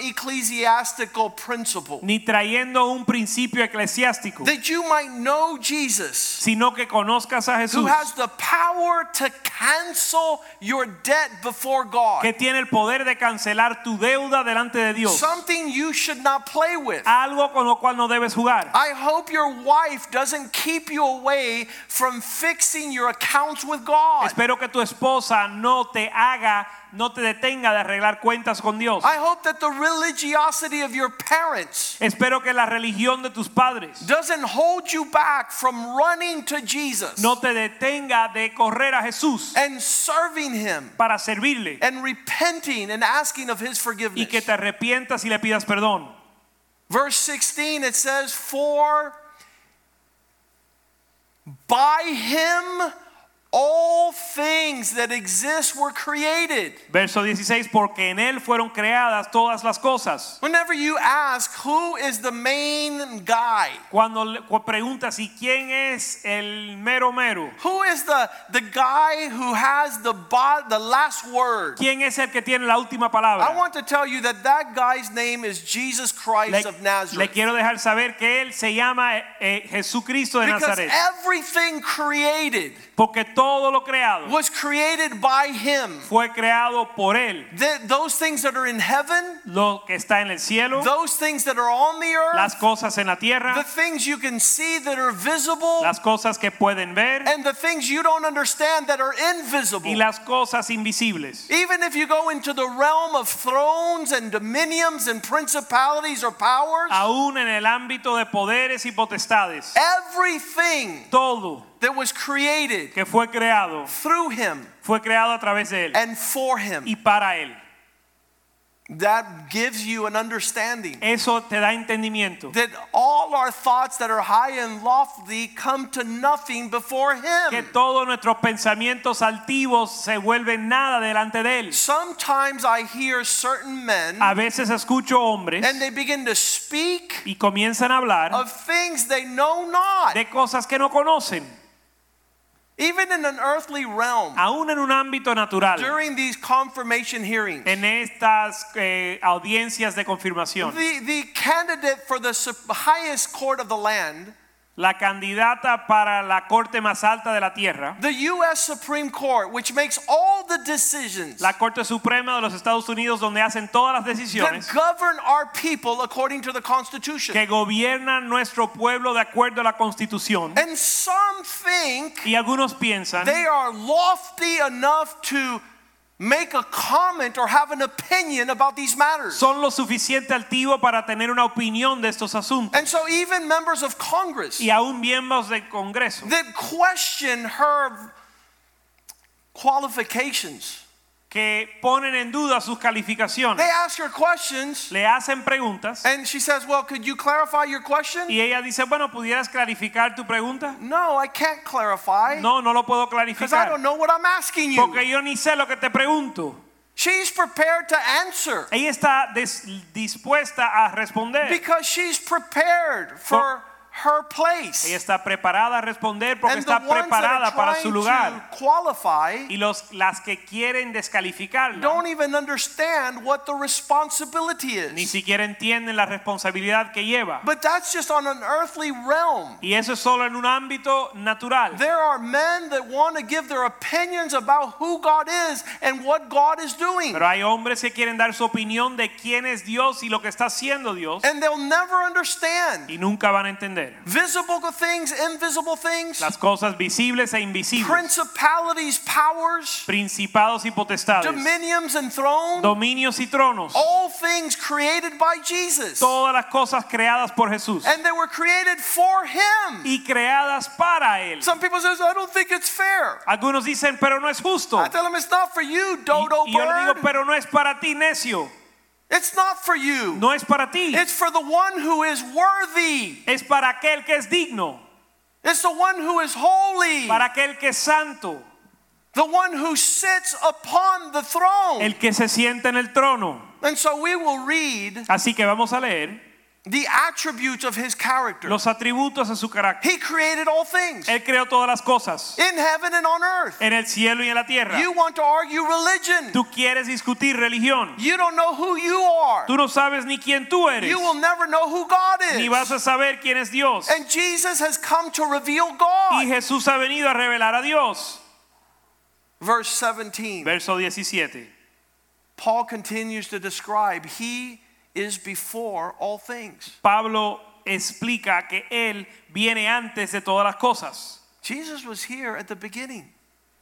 S1: ecclesiastical principle
S2: ni trayendo un principio eclesiástico,
S1: that you might know Jesus.
S2: sino que conozcas a
S1: Who
S2: Jesús,
S1: has the power to cancel your debt before
S2: que
S1: God?
S2: tiene el poder de cancelar tu deuda delante de Dios.
S1: Something you should not play with.
S2: Algo con lo cual no debes jugar.
S1: I hope your wife doesn't keep you away from fixing your accounts with God.
S2: Espero que tu esposa no te haga, no te detenga de arreglar cuentas con Dios.
S1: I hope that the religiosity of your parents
S2: Espero que la religión de tus padres
S1: doesn't hold you back from running to Jesus
S2: no te detenga de correr a Jesús
S1: and serving Him
S2: para servirle
S1: and repenting and asking of His
S2: y
S1: forgiveness.
S2: que te arrepientas y le pidas perdón.
S1: Verse 16 it says, For by Him all things that exist were created.
S2: Verso 16, porque en Él fueron creadas todas las cosas.
S1: Whenever you ask who is the main guy,
S2: Cuando le- cu- preguntas, ¿y quién es el mero mero?
S1: who is the the guy who has the bo- the last word?
S2: ¿Quién es el que tiene la última
S1: I
S2: palabra?
S1: want to tell you that that guy's name is Jesus Christ
S2: Le,
S1: of
S2: le
S1: Nazareth.
S2: quiero dejar saber que Él se llama eh, eh, Jesucristo de
S1: Because
S2: Nazaret,
S1: everything created
S2: porque todo lo creado
S1: was created by him.
S2: fue creado por Él.
S1: Th- those things that are in heaven,
S2: Lo que está en el cielo,
S1: those things that are on the earth,
S2: las cosas en la
S1: the
S2: tierra,
S1: things you can see that are visible,
S2: las cosas que pueden ver
S1: and the things you don't understand that are
S2: y
S1: invisible.
S2: las cosas invisibles.
S1: Even if you go into the realm of thrones and dominions and principalities or powers,
S2: Aún en el ámbito de poderes y potestades,
S1: everything
S2: todo
S1: that was created
S2: que fue creado
S1: through him
S2: fue creado a través de Él
S1: and for him,
S2: y para Él.
S1: that gives you an understanding
S2: Eso te da entendimiento.
S1: that all our thoughts that are high and lofty come to nothing before
S2: Que
S1: him.
S2: todos nuestros pensamientos altivos se vuelven nada delante de Él.
S1: Sometimes I hear certain men
S2: A veces escucho hombres
S1: and they begin to speak
S2: y comienzan a hablar
S1: of things they know not,
S2: de cosas que no conocen,
S1: even in an earthly realm.
S2: aún en un ámbito natural,
S1: During these confirmation hearings,
S2: en estas eh, audiencias de confirmación.
S1: The, the candidate for the sup- highest court of the land,
S2: La candidata para la corte más alta de la tierra,
S1: the U.S. Supreme Court, which makes all the decisions
S2: la Corte Suprema de los Estados Unidos, donde hacen todas las
S1: that
S2: decisiones
S1: govern our people according to the Constitution.
S2: que gobiernan nuestro pueblo de acuerdo a la Constitución.
S1: And some think
S2: Y algunos piensan
S1: they are lofty enough to make a comment or have an opinion about these matters.
S2: son lo suficiente altivo para tener una opinión de estos asuntos
S1: And so, even members of Congress
S2: y aún miembros del Congreso
S1: that question her qualifications,
S2: que ponen en duda sus
S1: they
S2: calificaciones,
S1: ask her questions.
S2: le hacen preguntas
S1: And she says, Well, could you clarify your question?
S2: y ella dice, bueno, ¿pudieras clarificar tu pregunta?
S1: No, I can't clarify
S2: No, no lo puedo
S1: because I
S2: clarificar
S1: don't know what I'm asking you.
S2: porque yo ni sé lo que te pregunto.
S1: She's prepared to answer
S2: Ella está des- dispuesta a responder
S1: because she's prepared for her place.
S2: Ella está preparada a responder porque
S1: and
S2: está
S1: the ones that
S2: preparada
S1: are
S2: para
S1: trying
S2: su lugar.
S1: to qualify
S2: Y los, las que quieren descalificarla
S1: don't even understand what the responsibility
S2: ni
S1: is.
S2: siquiera entienden la responsabilidad que lleva.
S1: But that's just on an earthly realm.
S2: Y eso es solo en un ámbito natural.
S1: There are men that want to give their opinions about who God is and what God is doing.
S2: Pero hay hombres que quieren dar su opinión de quién es Dios y lo que está haciendo Dios
S1: And they'll never understand
S2: y nunca van a entender
S1: visible things, invisible things,
S2: las cosas visibles e invisibles,
S1: principalities, powers,
S2: principados y potestades,
S1: dominions, and thrones.
S2: dominios y tronos,
S1: All things created by Jesus.
S2: todas las cosas creadas por Jesús
S1: And they were created for Him.
S2: y creadas para Él.
S1: Some people says, I don't think it's fair.
S2: Algunos dicen, pero no es justo.
S1: I tell them it's not for you, dodo
S2: Y, y yo le digo,
S1: bird.
S2: pero no es para ti, necio.
S1: It's not for you.
S2: No es para ti.
S1: It's for the one who is worthy.
S2: Es para aquel que es digno,
S1: It's the one who is holy,
S2: para aquel que es santo,
S1: the one who sits upon the throne.
S2: el que se sienta en el trono.
S1: and so we will read
S2: Así que vamos a leer
S1: the attributes of his character.
S2: los atributos de su carácter.
S1: He created all things
S2: Él creó todas las cosas
S1: in heaven and on earth.
S2: en el cielo y en la tierra.
S1: You want to argue religion.
S2: Tú quieres discutir religión.
S1: You don't know who you are.
S2: Tú no sabes ni quién tú eres.
S1: You will never know who God
S2: Ni
S1: is.
S2: vas a saber quién es Dios.
S1: And Jesus has come to reveal
S2: Y
S1: God.
S2: Jesús ha venido a revelar a Dios.
S1: Verse 17.
S2: Verso 17.
S1: Paul continues to describe he is before all things.
S2: Pablo explica que Él viene antes de todas las cosas.
S1: Jesus was here at the beginning.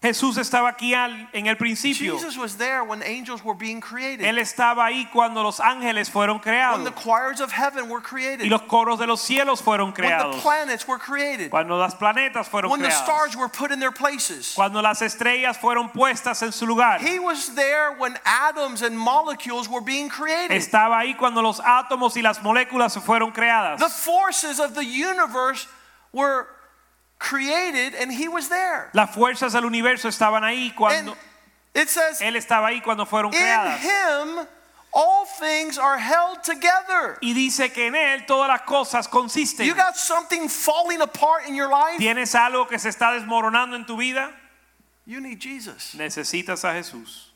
S2: Jesús estaba aquí al- en el principio.
S1: Jesus was there when angels were being created.
S2: Él estaba ahí cuando los ángeles fueron
S1: when the
S2: creados
S1: choirs of heaven were created.
S2: y los coros de los cielos fueron
S1: when the
S2: creados.
S1: planets were created.
S2: Cuando las planetas fueron
S1: When the
S2: creadas.
S1: stars were put in their places.
S2: Cuando las estrellas fueron puestas en su lugar.
S1: He was there when atoms and molecules were being created.
S2: Estaba ahí cuando los átomos y las moléculas se fueron creadas.
S1: The forces of the universe were created and he was there.
S2: Las fuerzas del universo estaban ahí cuando
S1: And it says,
S2: él estaba ahí cuando fueron
S1: in
S2: creadas.
S1: him all things are held together.
S2: Y dice que en él todas las cosas consisten.
S1: You got something falling apart in your life?
S2: ¿Tienes algo que se está desmoronando en tu vida?
S1: You need Jesus.
S2: Necesitas a Jesús.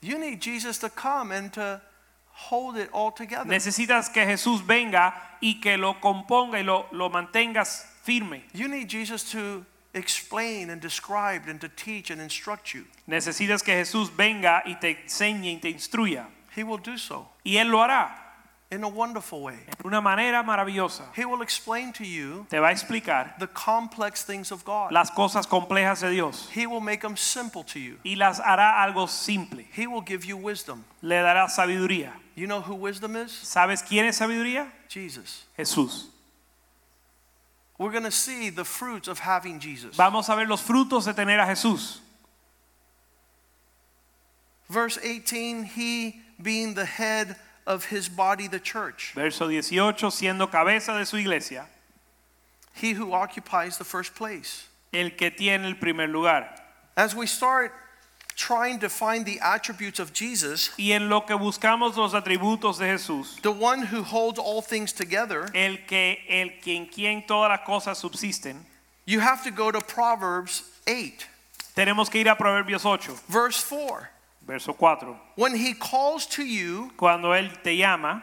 S1: You need Jesus to come and to hold it all together.
S2: Necesitas que Jesús venga y que lo componga y lo, lo mantengas firme.
S1: You need Jesus to explain and describe and to teach and instruct you.
S2: Necesitas que Jesús venga y te enseñe y te instruya.
S1: He will do so
S2: Y él lo hará
S1: in a wonderful way.
S2: de una manera maravillosa.
S1: He will explain to you
S2: Te va a explicar
S1: the complex things of God.
S2: las cosas complejas de Dios.
S1: He will make them simple to you.
S2: y las hará algo simple.
S1: He will give you wisdom.
S2: Le dará sabiduría.
S1: You know who wisdom is?
S2: ¿Sabes quién es sabiduría?
S1: Jesus.
S2: Jesús.
S1: We're going to see the fruits of having Jesus.
S2: Vamos a ver los frutos de tener a Jesús.
S1: Verse 18 He being the head of his body, the church,
S2: Verso 18, siendo cabeza de su iglesia,
S1: he who occupies the first place.
S2: el que tiene el primer lugar.
S1: As we start trying to find the attributes of Jesus,
S2: Y en lo que buscamos los atributos de Jesús,
S1: the one who holds all things together,
S2: el que el quien quien todas las cosas subsisten,
S1: you have to go to Proverbs 8,
S2: tenemos que ir a Proverbios 8,
S1: verse 4.
S2: verso 4.
S1: When he calls to you,
S2: Cuando él te llama,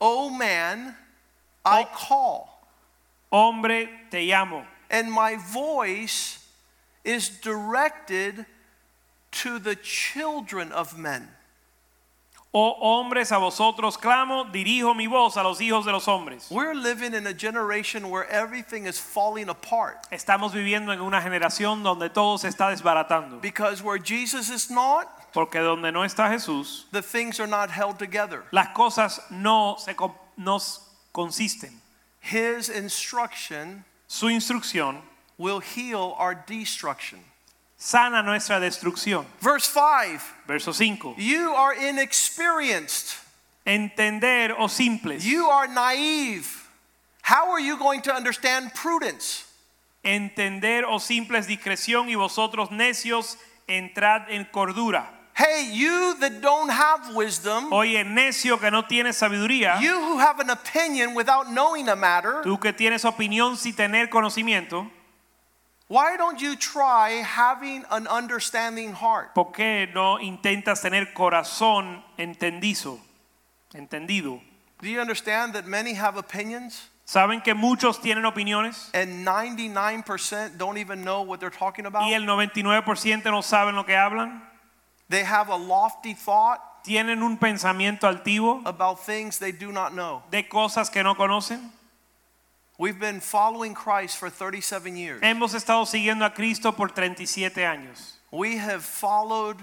S1: O man, I call,
S2: hombre, te llamo,
S1: and my voice is directed to the children of men.
S2: oh hombres, a vosotros clamo, dirijo mi voz a los hijos de los hombres.
S1: We're living in a generation where everything is falling apart
S2: Estamos viviendo en una generación donde todo se está desbaratando,
S1: because where Jesus is not,
S2: porque donde no está Jesús,
S1: the things are not held together.
S2: las cosas no se com- nos consisten.
S1: His instruction
S2: Su instrucción
S1: will heal our destruction.
S2: sana nuestra destrucción.
S1: Verse 5
S2: Verso 5.
S1: You are inexperienced,
S2: Entender o simples.
S1: you are naive. How are you going to understand prudence?
S2: oh Entender o simples discreción y vosotros necios entrad en cordura.
S1: Hey, you that don't have wisdom,
S2: Oye, necio que no tienes sabiduría,
S1: you who have an opinion without knowing a matter,
S2: tú que tienes opinión sin tener conocimiento,
S1: why don't you try having an understanding heart?
S2: ¿por qué no intentas tener corazón entendizo, entendido?
S1: Do you understand that many have opinions
S2: ¿Saben que muchos tienen opiniones?
S1: and 99% don't even know what they're talking about?
S2: Y el 99% no saben lo que hablan.
S1: They have a lofty thought
S2: Tienen un pensamiento altivo
S1: about things they do not know.
S2: de cosas que no conocen.
S1: We've been following Christ for 37 years.
S2: Hemos estado siguiendo a Cristo por 37 años
S1: We have followed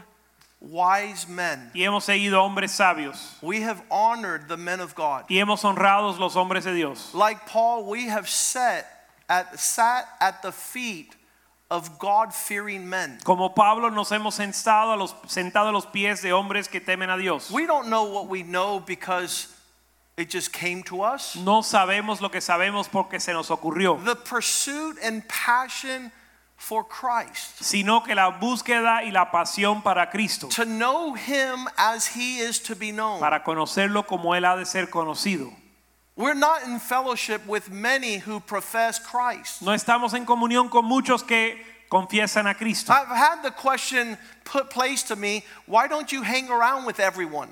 S1: wise men.
S2: y hemos seguido a hombres sabios
S1: We have honored the men of God.
S2: y hemos honrado los hombres de Dios.
S1: Like Paul, we have sat at, sat at the feet of God fearing men.
S2: Como Pablo nos hemos sentado a los, sentado a los pies de hombres que temen a Dios.
S1: We don't know what we know because it just came to us.
S2: No sabemos lo que sabemos porque se nos ocurrió,
S1: The pursuit and passion for Christ,
S2: sino que la búsqueda y la pasión para Cristo,
S1: to know Him as He is to be known.
S2: para conocerlo como Él ha de ser conocido.
S1: We're not in fellowship with many who profess Christ.
S2: No estamos en comunión con muchos que confiesan a Cristo.
S1: I've had the question put placed to me why don't you hang around with everyone?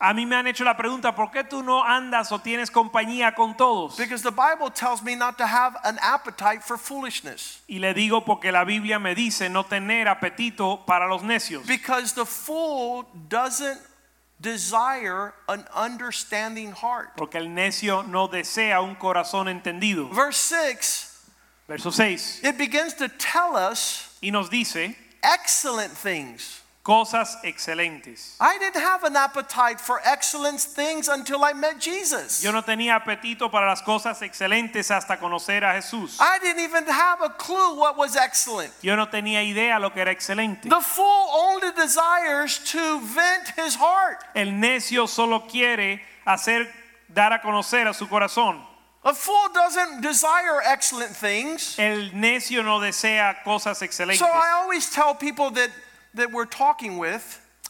S2: A mí me han hecho la pregunta, ¿por qué tú no andas o tienes compañía con todos?
S1: Because the Bible tells me not to have an appetite for foolishness.
S2: Y le digo porque la Biblia me dice no tener apetito para los necios.
S1: Because the fool doesn't desire an understanding heart.
S2: Porque el necio no desea un corazón entendido.
S1: Verse 6,
S2: Verso 6.
S1: it begins to tell us
S2: Y nos dice
S1: excellent things.
S2: cosas excelentes.
S1: I didn't have an appetite for excellent things until I met Jesus.
S2: Yo no tenía apetito para las cosas excelentes hasta conocer a Jesús.
S1: I didn't even have a clue what was excellent.
S2: Yo no tenía idea lo que era excelente.
S1: The fool only desires to vent his heart.
S2: El necio solo quiere hacer dar a conocer a su corazón.
S1: A fool doesn't desire excellent things.
S2: El necio no desea cosas
S1: So
S2: excelentes.
S1: I always tell people that that we're talking with,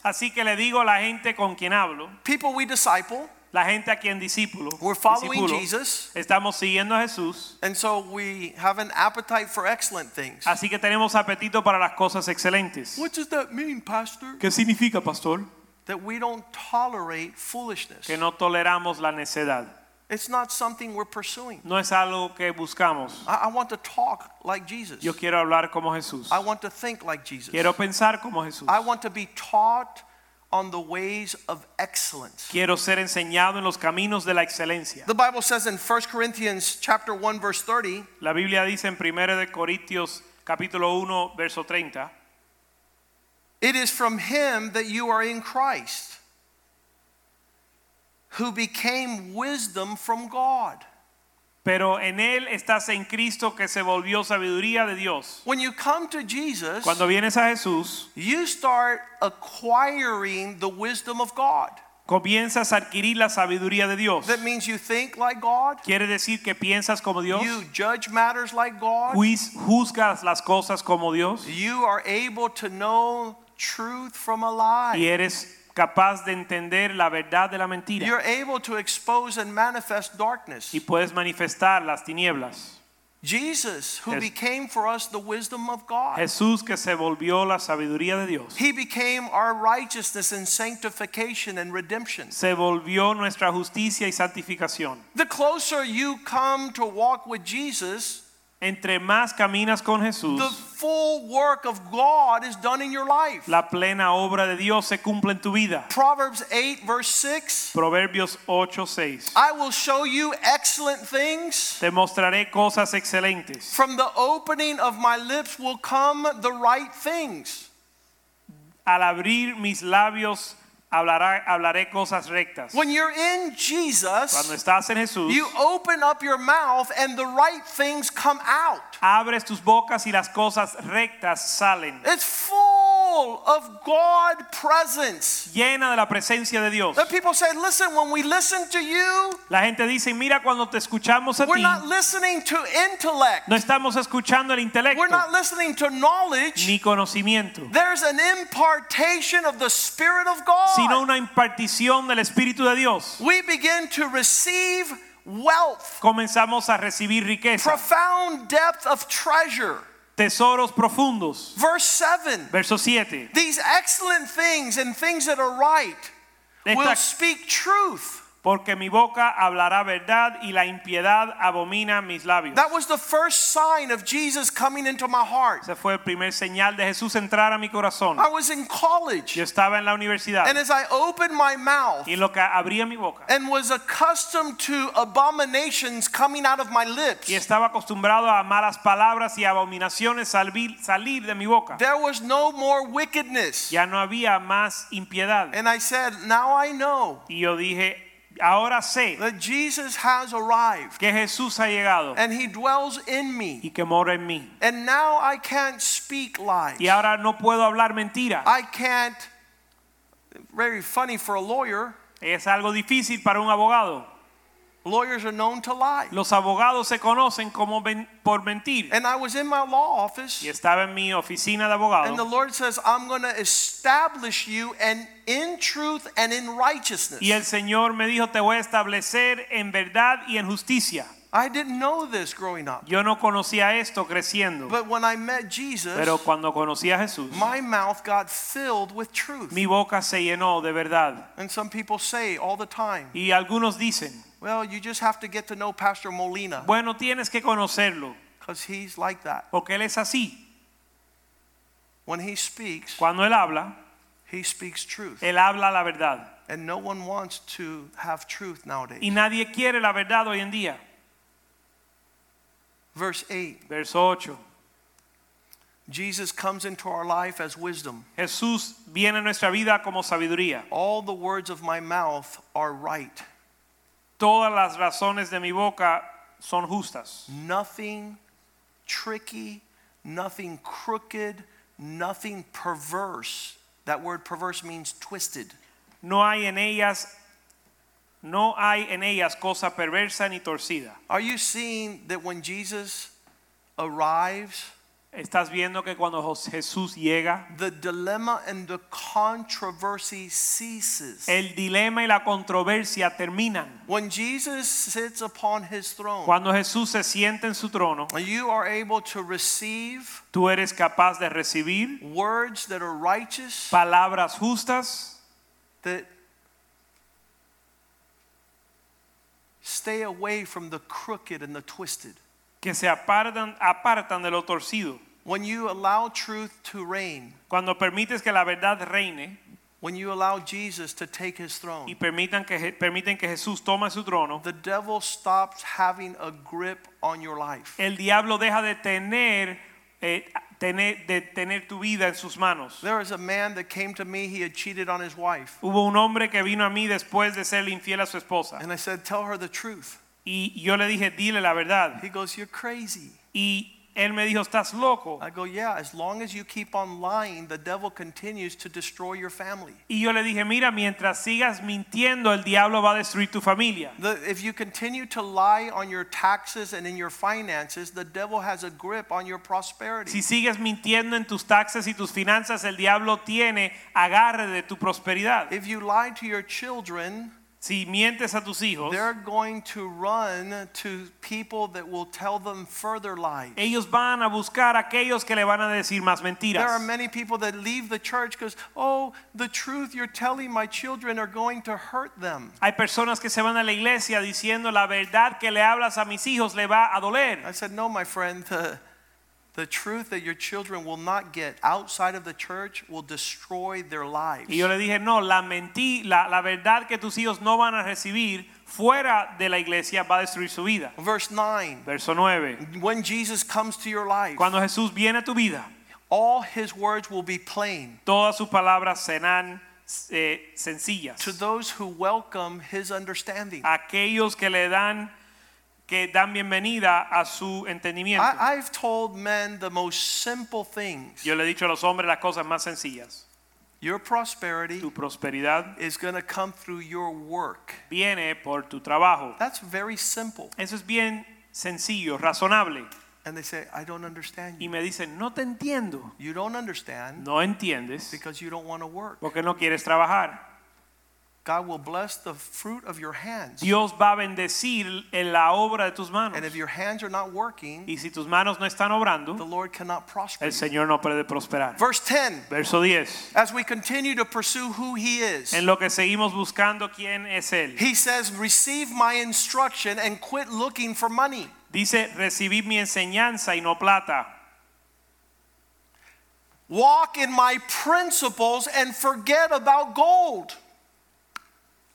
S2: Así que le digo a la gente con quien hablo,
S1: people we disciple,
S2: la gente a quien discípulo,
S1: we're following
S2: discípulo,
S1: Jesus,
S2: estamos siguiendo a Jesús,
S1: and so we have an appetite for excellent things.
S2: así que tenemos apetito para las cosas excelentes.
S1: What does that mean, pastor?
S2: ¿Qué significa, pastor?
S1: That we don't tolerate foolishness.
S2: Que no toleramos la necedad.
S1: It's not something we're pursuing.
S2: No es algo que buscamos.
S1: I, I want to talk like Jesus.
S2: Yo quiero hablar como Jesús.
S1: I want to think like Jesus.
S2: Quiero pensar como Jesús.
S1: I want to be taught on the ways of excellence.
S2: Quiero ser enseñado en los caminos de la excelencia.
S1: The Bible says in 1 Corinthians chapter 1 verse 30,
S2: La Biblia dice en 1 de Corintios capítulo 1 verso 30,
S1: It is from him that you are in Christ, who became wisdom from God.
S2: pero en él estás en Cristo que se volvió sabiduría de Dios.
S1: When you come to Jesus,
S2: Cuando vienes a Jesús,
S1: you start acquiring the wisdom of God.
S2: comienzas a adquirir la sabiduría de Dios.
S1: That means you think like God,
S2: Quiere decir que piensas como Dios,
S1: you judge matters like God,
S2: juiz- juzgas las cosas como Dios
S1: you are able to know truth from a
S2: y
S1: lie.
S2: eres capaz de entender la verdad de la
S1: You're
S2: mentira
S1: able to expose and manifest darkness.
S2: y puedes manifestar las tinieblas.
S1: Jesus, who
S2: Yes.
S1: became for us the wisdom of God.
S2: Jesús que se volvió la sabiduría de Dios,
S1: He became our righteousness and sanctification and redemption.
S2: se volvió nuestra justicia y santificación.
S1: The closer you come to walk with Jesus,
S2: Entre más caminas con
S1: the
S2: Jesús,
S1: full work of God is done in your life.
S2: la plena obra de Dios se cumple en tu vida.
S1: Proverbs 8, verse 6
S2: Proverbios 8:6.
S1: I will show you excellent things.
S2: Te mostraré cosas excelentes.
S1: From the opening of my lips will come the right things.
S2: Al abrir mis labios hablará- hablaré cosas rectas.
S1: When you're in
S2: Cuando
S1: Jesus,
S2: estás en Jesús,
S1: you open up your mouth and the right things come out.
S2: abres tus bocas y las cosas rectas salen.
S1: It's full full of God presence.
S2: llena de la presencia de Dios.
S1: The people say, listen, when we listen to you,
S2: La gente dice, mira, cuando te escuchamos a
S1: we're
S2: ti,
S1: not listening to intellect.
S2: no estamos escuchando el intelecto
S1: We're not listening to knowledge.
S2: ni conocimiento,
S1: There's an impartation of the Spirit of God.
S2: sino una impartición del Espíritu de Dios.
S1: we begin to receive wealth,
S2: Comenzamos a recibir riqueza,
S1: profound depth of treasure.
S2: tesoros profundos.
S1: Verse 7
S2: Verso 7.
S1: These excellent things and things that are right will
S2: Esta-
S1: speak truth.
S2: Porque mi boca hablará verdad y la impiedad abomina mis labios.
S1: That was the first sign of Jesus coming into my heart.
S2: Ese fue el primer señal de Jesús entrar a mi corazón.
S1: I was in college,
S2: Yo estaba en la universidad
S1: and as I opened my mouth
S2: y en lo que abría mi boca
S1: and was accustomed to abominations coming out of my lips,
S2: y estaba acostumbrado a malas palabras y abominaciones salvi- salir de mi boca.
S1: there was no more wickedness.
S2: Ya no había más impiedad.
S1: And I said, Now I know
S2: Y yo dije, ahora sé
S1: that Jesus has arrived.
S2: que Jesús ha llegado
S1: and he dwells in me
S2: y que mora en mí.
S1: and now i can't speak lies
S2: Y ahora no puedo hablar mentira.
S1: i can't very funny for a lawyer
S2: Es algo difícil para un abogado.
S1: lawyers are known to lie
S2: Los abogados se conocen como ven- por mentir.
S1: and i was in my law office
S2: y estaba en mi oficina de
S1: and the
S2: abogado
S1: lord says i'm going to establish you and in truth and in righteousness
S2: y el Señor me dijo te voy a establecer en verdad y en justicia.
S1: i didn't know this growing up
S2: Yo no conocía esto creciendo,
S1: but when i met jesus
S2: pero cuando conocí a Jesús,
S1: my mouth got filled with truth
S2: mi boca se llenó de verdad.
S1: and some people say all the time
S2: Y algunos dicen,
S1: well you just have to get to know pastor molina
S2: bueno, tienes que conocerlo,
S1: because he's like that
S2: porque él es así.
S1: when he speaks
S2: Cuando él habla,
S1: He speaks truth.
S2: él habla la verdad.
S1: And no one wants to have truth
S2: Y
S1: nowadays.
S2: nadie quiere la verdad hoy en día.
S1: Verse 8
S2: Verso 8.
S1: Jesus comes into our life as wisdom.
S2: Jesús viene a nuestra vida como sabiduría.
S1: All the words of my mouth are right,
S2: Todas las razones de mi boca son justas.
S1: nothing tricky, nothing crooked, nothing perverse. That word perverse means twisted.
S2: no hay en ellas no hay en ellas cosa perversa ni torcida.
S1: Are you seeing that when Jesus arrives,
S2: Estás viendo que cuando Jos- Jesús llega,
S1: the dilemma and the controversy ceases?
S2: el dilema y la controversia terminan.
S1: When Jesus sits upon his throne,
S2: Cuando Jesús se sienta en su trono,
S1: You are able to receive
S2: tú eres capaz de recibir
S1: words that are righteous,
S2: palabras justas
S1: that stay away from the crooked and the twisted.
S2: que se apartan, apartan de lo torcido.
S1: When you allow truth to reign,
S2: Cuando permites que la verdad reine
S1: when you allow Jesus to take his
S2: y
S1: throne,
S2: permitan que, Je- permiten que Jesús tome su trono,
S1: the devil stops having a grip on your life.
S2: el diablo deja de tener, eh, tener- de tener tu vida en sus manos.
S1: There is a man that came to me, he had cheated on his wife.
S2: Hubo un hombre que vino a mí después de ser infiel a su esposa.
S1: And I said, Tell her the truth.
S2: Y yo le dije, dile la verdad.
S1: He goes, You're crazy.
S2: Y él me dijo, estás loco.
S1: I go, yeah, as long as you keep on lying, the devil continues to destroy your family.
S2: Y yo le dije, mira, mientras sigas mintiendo, el diablo va a destruir tu familia.
S1: The, if you continue to lie on your taxes and in your finances, the devil has a grip on your prosperity.
S2: Si sigues mintiendo en tus taxes y tus finanzas, el diablo tiene agarre de tu prosperidad.
S1: If you lie to your children,
S2: Si mientes a tus hijos,
S1: they're going to run to people that will tell them further lies.
S2: ellos van a buscar a aquellos que le van a decir más
S1: There are
S2: mentiras.
S1: many people that leave the church because, oh, the truth you're telling my children are going to hurt them.
S2: Hay personas que se van a la iglesia diciendo la verdad que le hablas a mis hijos le va a doler.
S1: I said, No, my friend, the, the truth that your children will not get outside of the church will destroy their lives.
S2: Y yo le dije, no, la, mentí, la, la verdad que tus hijos no van a recibir fuera de la iglesia va a destruir su vida.
S1: Verse 9
S2: Verso 9.
S1: When Jesus comes to your life,
S2: Cuando Jesús viene a tu vida,
S1: all his words will be plain
S2: todas sus palabras serán eh, sencillas.
S1: to those who welcome his understanding.
S2: Aquellos que le dan que dan bienvenida a su entendimiento.
S1: I, I've told men the most simple things.
S2: Yo le he dicho a los hombres las cosas más sencillas.
S1: Your prosperity
S2: Tu prosperidad
S1: is going to come through your work.
S2: viene por tu trabajo.
S1: That's very simple.
S2: Eso es bien sencillo, razonable.
S1: And they say, I don't understand
S2: Y
S1: you.
S2: me dicen, no te entiendo.
S1: You don't understand
S2: No entiendes
S1: because you don't want to work.
S2: porque no quieres trabajar.
S1: God will bless the fruit of your hands.
S2: Dios va a bendecir en la obra de tus manos.
S1: And if your hands are not working,
S2: Y si tus manos no están
S1: the
S2: obrando,
S1: Lord cannot prosper.
S2: el
S1: you.
S2: Señor no puede prosperar.
S1: Verse 10
S2: Verso 10.
S1: As we continue to pursue who He is,
S2: En lo que seguimos buscando quién es Él.
S1: He says, Receive my instruction and quit looking for money.
S2: Dice, recibid mi enseñanza y no plata.
S1: Walk in my principles and forget about gold.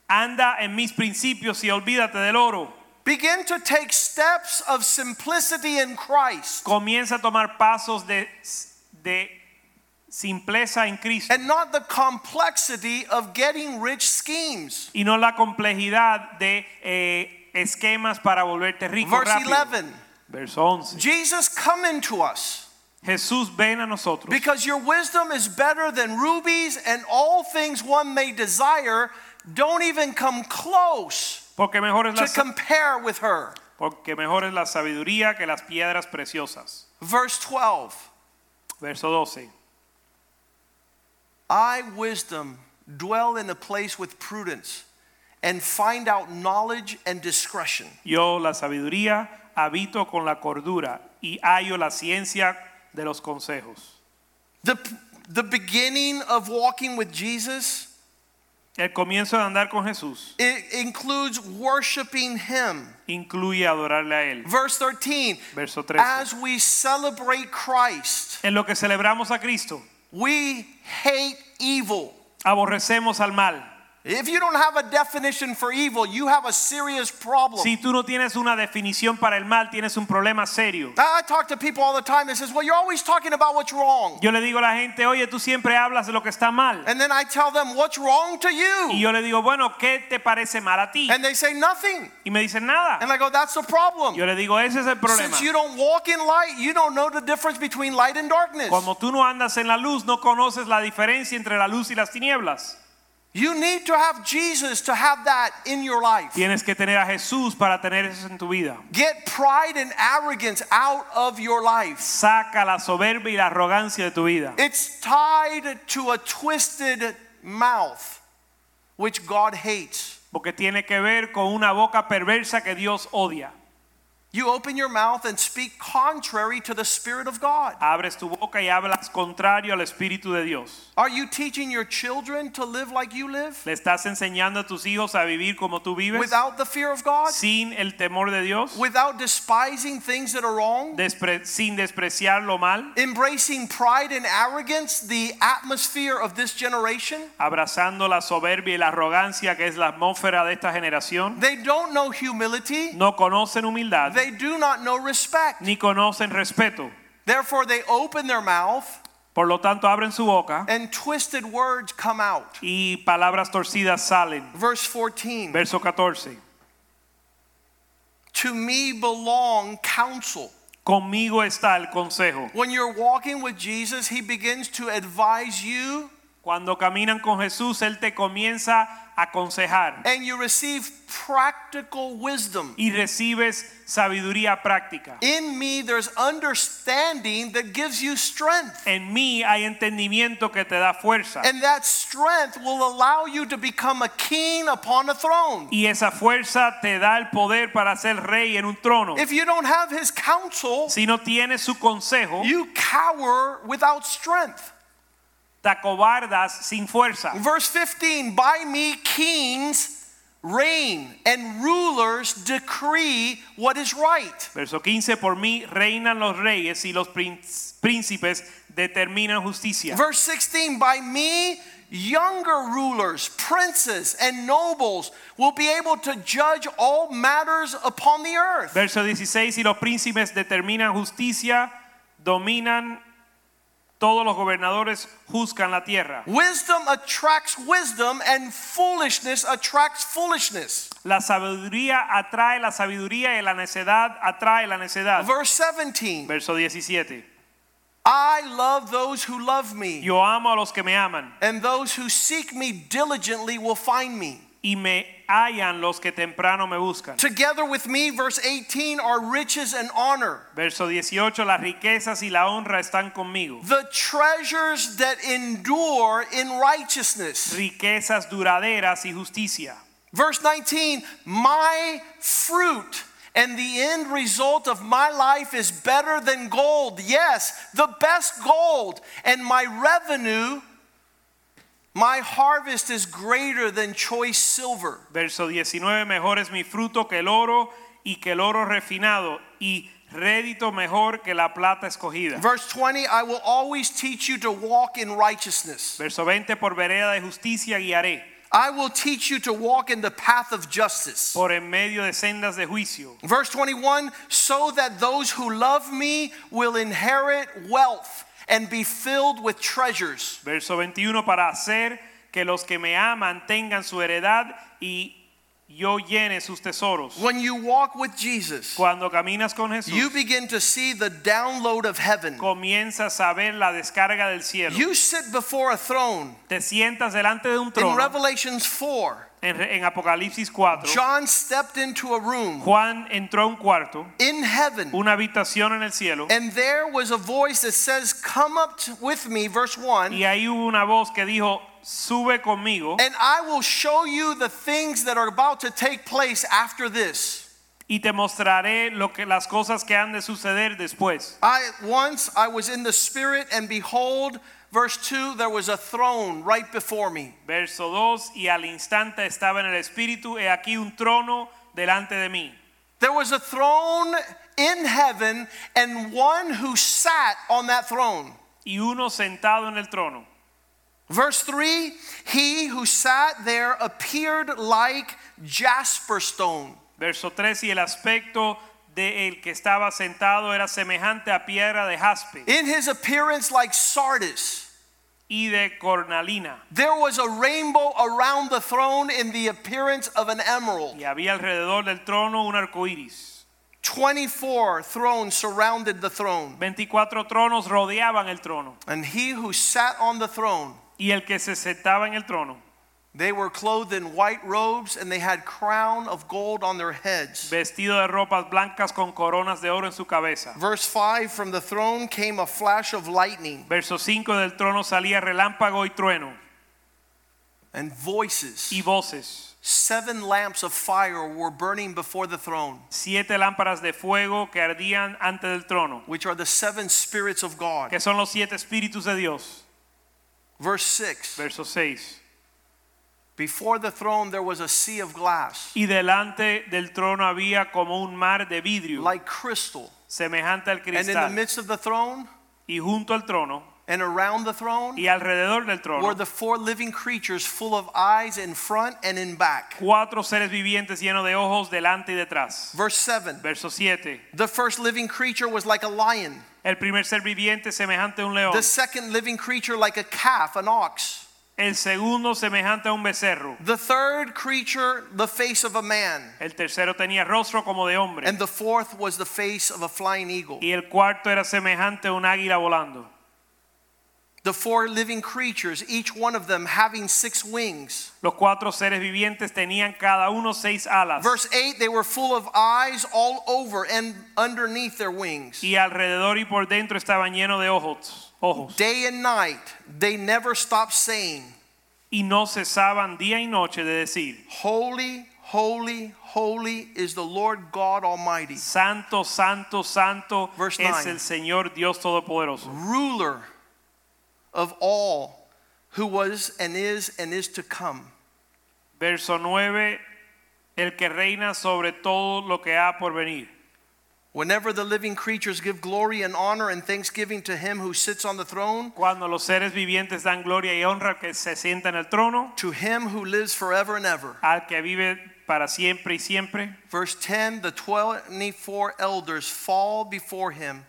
S2: Anda en mis principios y olvídate del oro.
S1: Begin to take steps of simplicity in Christ
S2: Comienza a tomar pasos de, de simpleza en Cristo
S1: and not the complexity of getting rich schemes.
S2: y no la complejidad de eh, esquemas para volverte rico.
S1: Verse
S2: rápido.
S1: 11
S2: Verso 11.
S1: Jesus, come into us
S2: Jesús ven a nosotros
S1: because your wisdom is better than rubies and all things one may desire don't even come close
S2: porque mejor, es
S1: to
S2: la, sa-
S1: compare with her.
S2: porque mejor es la sabiduría que las piedras preciosas.
S1: Verse 12
S2: Verso 12.
S1: I, wisdom, dwell in a place with prudence and find out knowledge and discretion.
S2: Yo la sabiduría habito con la cordura y hallo la ciencia de los consejos.
S1: The, the beginning of walking with Jesus
S2: El comienzo de andar con Jesús
S1: it includes worshiping him.
S2: incluye adorarle a Él.
S1: Verse 13,
S2: Verso 13.
S1: as we celebrate Christ,
S2: En lo que celebramos a Cristo,
S1: we hate evil.
S2: aborrecemos al mal.
S1: If you don't have a definition for evil, you have a serious problem.
S2: Si tú no tienes una definición para el mal, tienes un problema serio.
S1: I I talk to people all the time that says, "Well, you're always talking about what's wrong."
S2: Yo le digo a la gente, oye, tú siempre hablas de lo que está mal.
S1: And then I tell them, "What's wrong to
S2: Y
S1: you?"
S2: yo le digo, bueno, ¿qué te parece mal a ti?
S1: And they say nothing.
S2: Y me dicen nada.
S1: And I go, "That's the problem."
S2: Yo le digo, ese es el problema.
S1: Since you don't walk in light, you don't know the difference between light and darkness.
S2: Como tú no andas en la luz, no conoces la diferencia entre la luz y las tinieblas.
S1: You need to have Jesus to have that in your life.
S2: Tienes que tener a Jesús para tener eso en tu vida.
S1: Get pride and arrogance out of your life.
S2: Saca la soberbia y la arrogancia de tu vida.
S1: It's tied to a twisted mouth, which God hates.
S2: Porque tiene que ver con una boca perversa que Dios odia.
S1: You open your mouth and speak contrary to the Spirit of God.
S2: Abres tu boca y hablas contrario al Espíritu de Dios.
S1: Are you teaching your children to live like you live
S2: ¿Le estás enseñando a tus hijos a vivir como tú vives?
S1: without the fear of God?
S2: Sin el temor de Dios.
S1: Without despising things that are wrong?
S2: Despre- sin despreciar lo mal.
S1: Embracing pride and arrogance, the atmosphere of this generation?
S2: abrazando la soberbia y la arrogancia que es la atmósfera de esta generación.
S1: They don't know humility.
S2: No conocen humildad
S1: They do not know respect.
S2: ni conocen respeto.
S1: Therefore, they open their mouth
S2: Por lo tanto, abren su boca
S1: and twisted words come out.
S2: y palabras torcidas salen.
S1: Verse 14
S2: Verso 14.
S1: To me belong counsel.
S2: Conmigo está el consejo.
S1: When you're walking with Jesus, he begins to advise you
S2: Cuando caminan con Jesús, Él te comienza a aconsejar
S1: and you receive practical wisdom.
S2: y recibes sabiduría práctica.
S1: In me, there's understanding that gives you strength.
S2: En mí hay entendimiento que te da fuerza
S1: And that strength will allow you to become a king upon a throne.
S2: y esa fuerza te da el poder para ser rey en un trono.
S1: If you don't have his counsel,
S2: Si no tienes su consejo,
S1: you cower without strength.
S2: te acobardas sin fuerza.
S1: Verse 15 By me, kings reign, and rulers decree what is right.
S2: Verso 15, por mí reinan los reyes y los prínci- príncipes determinan justicia.
S1: Verse 16 By me, younger rulers, princes, and nobles will be able to judge all matters upon the earth.
S2: Verso 16, y los príncipes determinan justicia, dominan Todos los gobernadores juzgan la tierra.
S1: Wisdom attracts wisdom, and foolishness attracts foolishness.
S2: La sabiduría atrae la sabiduría y la necedad atrae la necedad.
S1: Verse 17
S2: Verso 17.
S1: I love those who love me,
S2: Yo amo a los que me aman
S1: and those who seek me diligently will find me.
S2: y me hallan los que temprano me buscan.
S1: Together with me, verse 18, are riches and honor.
S2: Verso 18. Las riquezas y la honra están conmigo.
S1: The treasures that endure in righteousness.
S2: Riquezas duraderas y justicia.
S1: Verse 19 My fruit and the end result of my life is better than gold. Yes, the best gold. And my revenue, my harvest is greater than choice silver.
S2: Verso 19, mejor es mi fruto que el oro y que el oro refinado y rédito mejor que la plata escogida.
S1: Verse 20 I will always teach you to walk in righteousness,
S2: Verso 20, por vereda de justicia guiaré,
S1: I will teach you to walk in the path of justice.
S2: por en medio de sendas de juicio.
S1: Verse 21 So that those who love me will inherit wealth and be filled with treasures.
S2: Verso 21, para hacer que los que me aman tengan su heredad y yo llene sus tesoros.
S1: When you walk with Jesus,
S2: Cuando caminas con
S1: you
S2: Jesús,
S1: begin to see the download of heaven.
S2: comienzas a ver la descarga del cielo.
S1: You sit before a throne.
S2: Te sientas delante de un
S1: In
S2: trono
S1: Revelations 4,
S2: en, en Apocalipsis 4.
S1: John stepped into a room
S2: Juan entró a un cuarto
S1: in heaven,
S2: una habitación en el cielo
S1: and there was a voice that says, Come up t- with me, verse 1,
S2: y ahí hubo una voz que dijo, sube conmigo
S1: and I will show you the things that are about to take place after this.
S2: y te mostraré lo que, las cosas que han de suceder después.
S1: I once I was in the spirit and behold verse 2 there was a throne right before me
S2: Verso 2, y al instante estaba en el espíritu, he aquí un trono delante de mí.
S1: there was a throne in heaven and one who sat on that throne
S2: Y uno sentado en el trono.
S1: verse 3 he who sat there appeared like jasper stone
S2: Verso 3, y el aspecto de el que estaba sentado era semejante a piedra de jaspe
S1: in his appearance like sardis
S2: y de cornalina.
S1: there was a rainbow around the throne in the appearance of an emerald
S2: Y había alrededor del trono un arco iris.
S1: 24 thrones surrounded the throne
S2: 24 tronos rodeaban el trono.
S1: and he who sat on the throne
S2: y el que se sentaba en el trono,
S1: They were clothed in white robes and they had crown of gold on their heads.
S2: vestido de ropas blancas con coronas de oro en su cabeza.
S1: Verse 5 From the throne came a flash of lightning
S2: Verso 5 del trono salía relámpago y trueno
S1: and
S2: y
S1: voices.
S2: voces.
S1: Seven lamps of fire were burning before the throne,
S2: Siete lámparas de fuego que ardían antes del trono,
S1: which are the seven spirits of God.
S2: que son los siete espíritus de Dios.
S1: Verse 6
S2: Verso 6.
S1: Before the throne there was a sea of glass,
S2: Y delante del trono había como un mar de vidrio,
S1: like crystal.
S2: semejante al
S1: And in the
S2: cristal.
S1: midst of the throne
S2: Y junto al trono
S1: and around the throne
S2: y alrededor del
S1: were
S2: trono,
S1: the four living creatures full of eyes in front and in back.
S2: cuatro seres vivientes llenos de ojos delante y detrás.
S1: Verse 7
S2: Verso 7.
S1: The first living creature was like a lion.
S2: El primer ser viviente semejante a un león.
S1: The second living creature like a calf, an ox.
S2: El segundo semejante a un becerro.
S1: The third creature, the face of a man.
S2: El tercero tenía rostro como de hombre.
S1: And the fourth was the face of a flying eagle.
S2: Y el cuarto era semejante a un águila volando.
S1: The four living creatures, each one of them having six wings.
S2: Los cuatro seres vivientes tenían cada uno seis alas.
S1: Verse 8 they were full of eyes all over and underneath their wings.
S2: Y alrededor y por dentro estaban llenos de ojos. ojos.
S1: Day and night, they never stopped saying,
S2: Y no cesaban día y noche de decir,
S1: Holy, holy, holy is the Lord God Almighty,
S2: Santo, Santo, Santo
S1: Verse
S2: es
S1: nine.
S2: el Señor Dios Todopoderoso,
S1: ruler of all who was and is and is to come.
S2: Verso 9, el que reina sobre todo lo que ha por venir.
S1: Whenever the living creatures give glory and honor and thanksgiving to him who sits on the throne,
S2: Cuando los seres vivientes dan gloria y honra al que se sienta en el trono,
S1: to him who lives forever and ever.
S2: al que vive para siempre y siempre.
S1: Verse 10 The 24 elders fall before him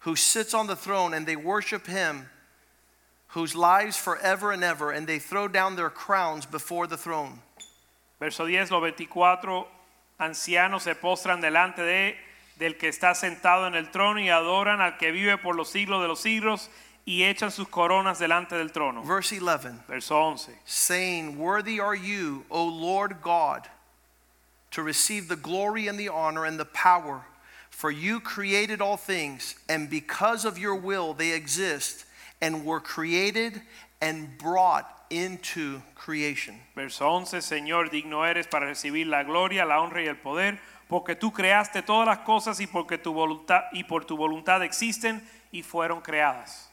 S1: who sits on the throne, and they worship him whose lives forever and ever, and they throw down their crowns before the throne.
S2: Verso 10, los 24 ancianos se postran delante de, del que está sentado en el trono y adoran al que vive por los siglos de los siglos y echan sus coronas delante del trono.
S1: Verse 11,
S2: Verso 11.
S1: saying, Worthy are you, O Lord God, to receive the glory and the honor and the power, for you created all things, and because of your will they exist and were created and brought into creation.
S2: Verso 11, Señor, digno eres para recibir la gloria, la honra y el poder, porque tú creaste todas las cosas y porque tu voluntad y por tu voluntad existen y fueron creadas,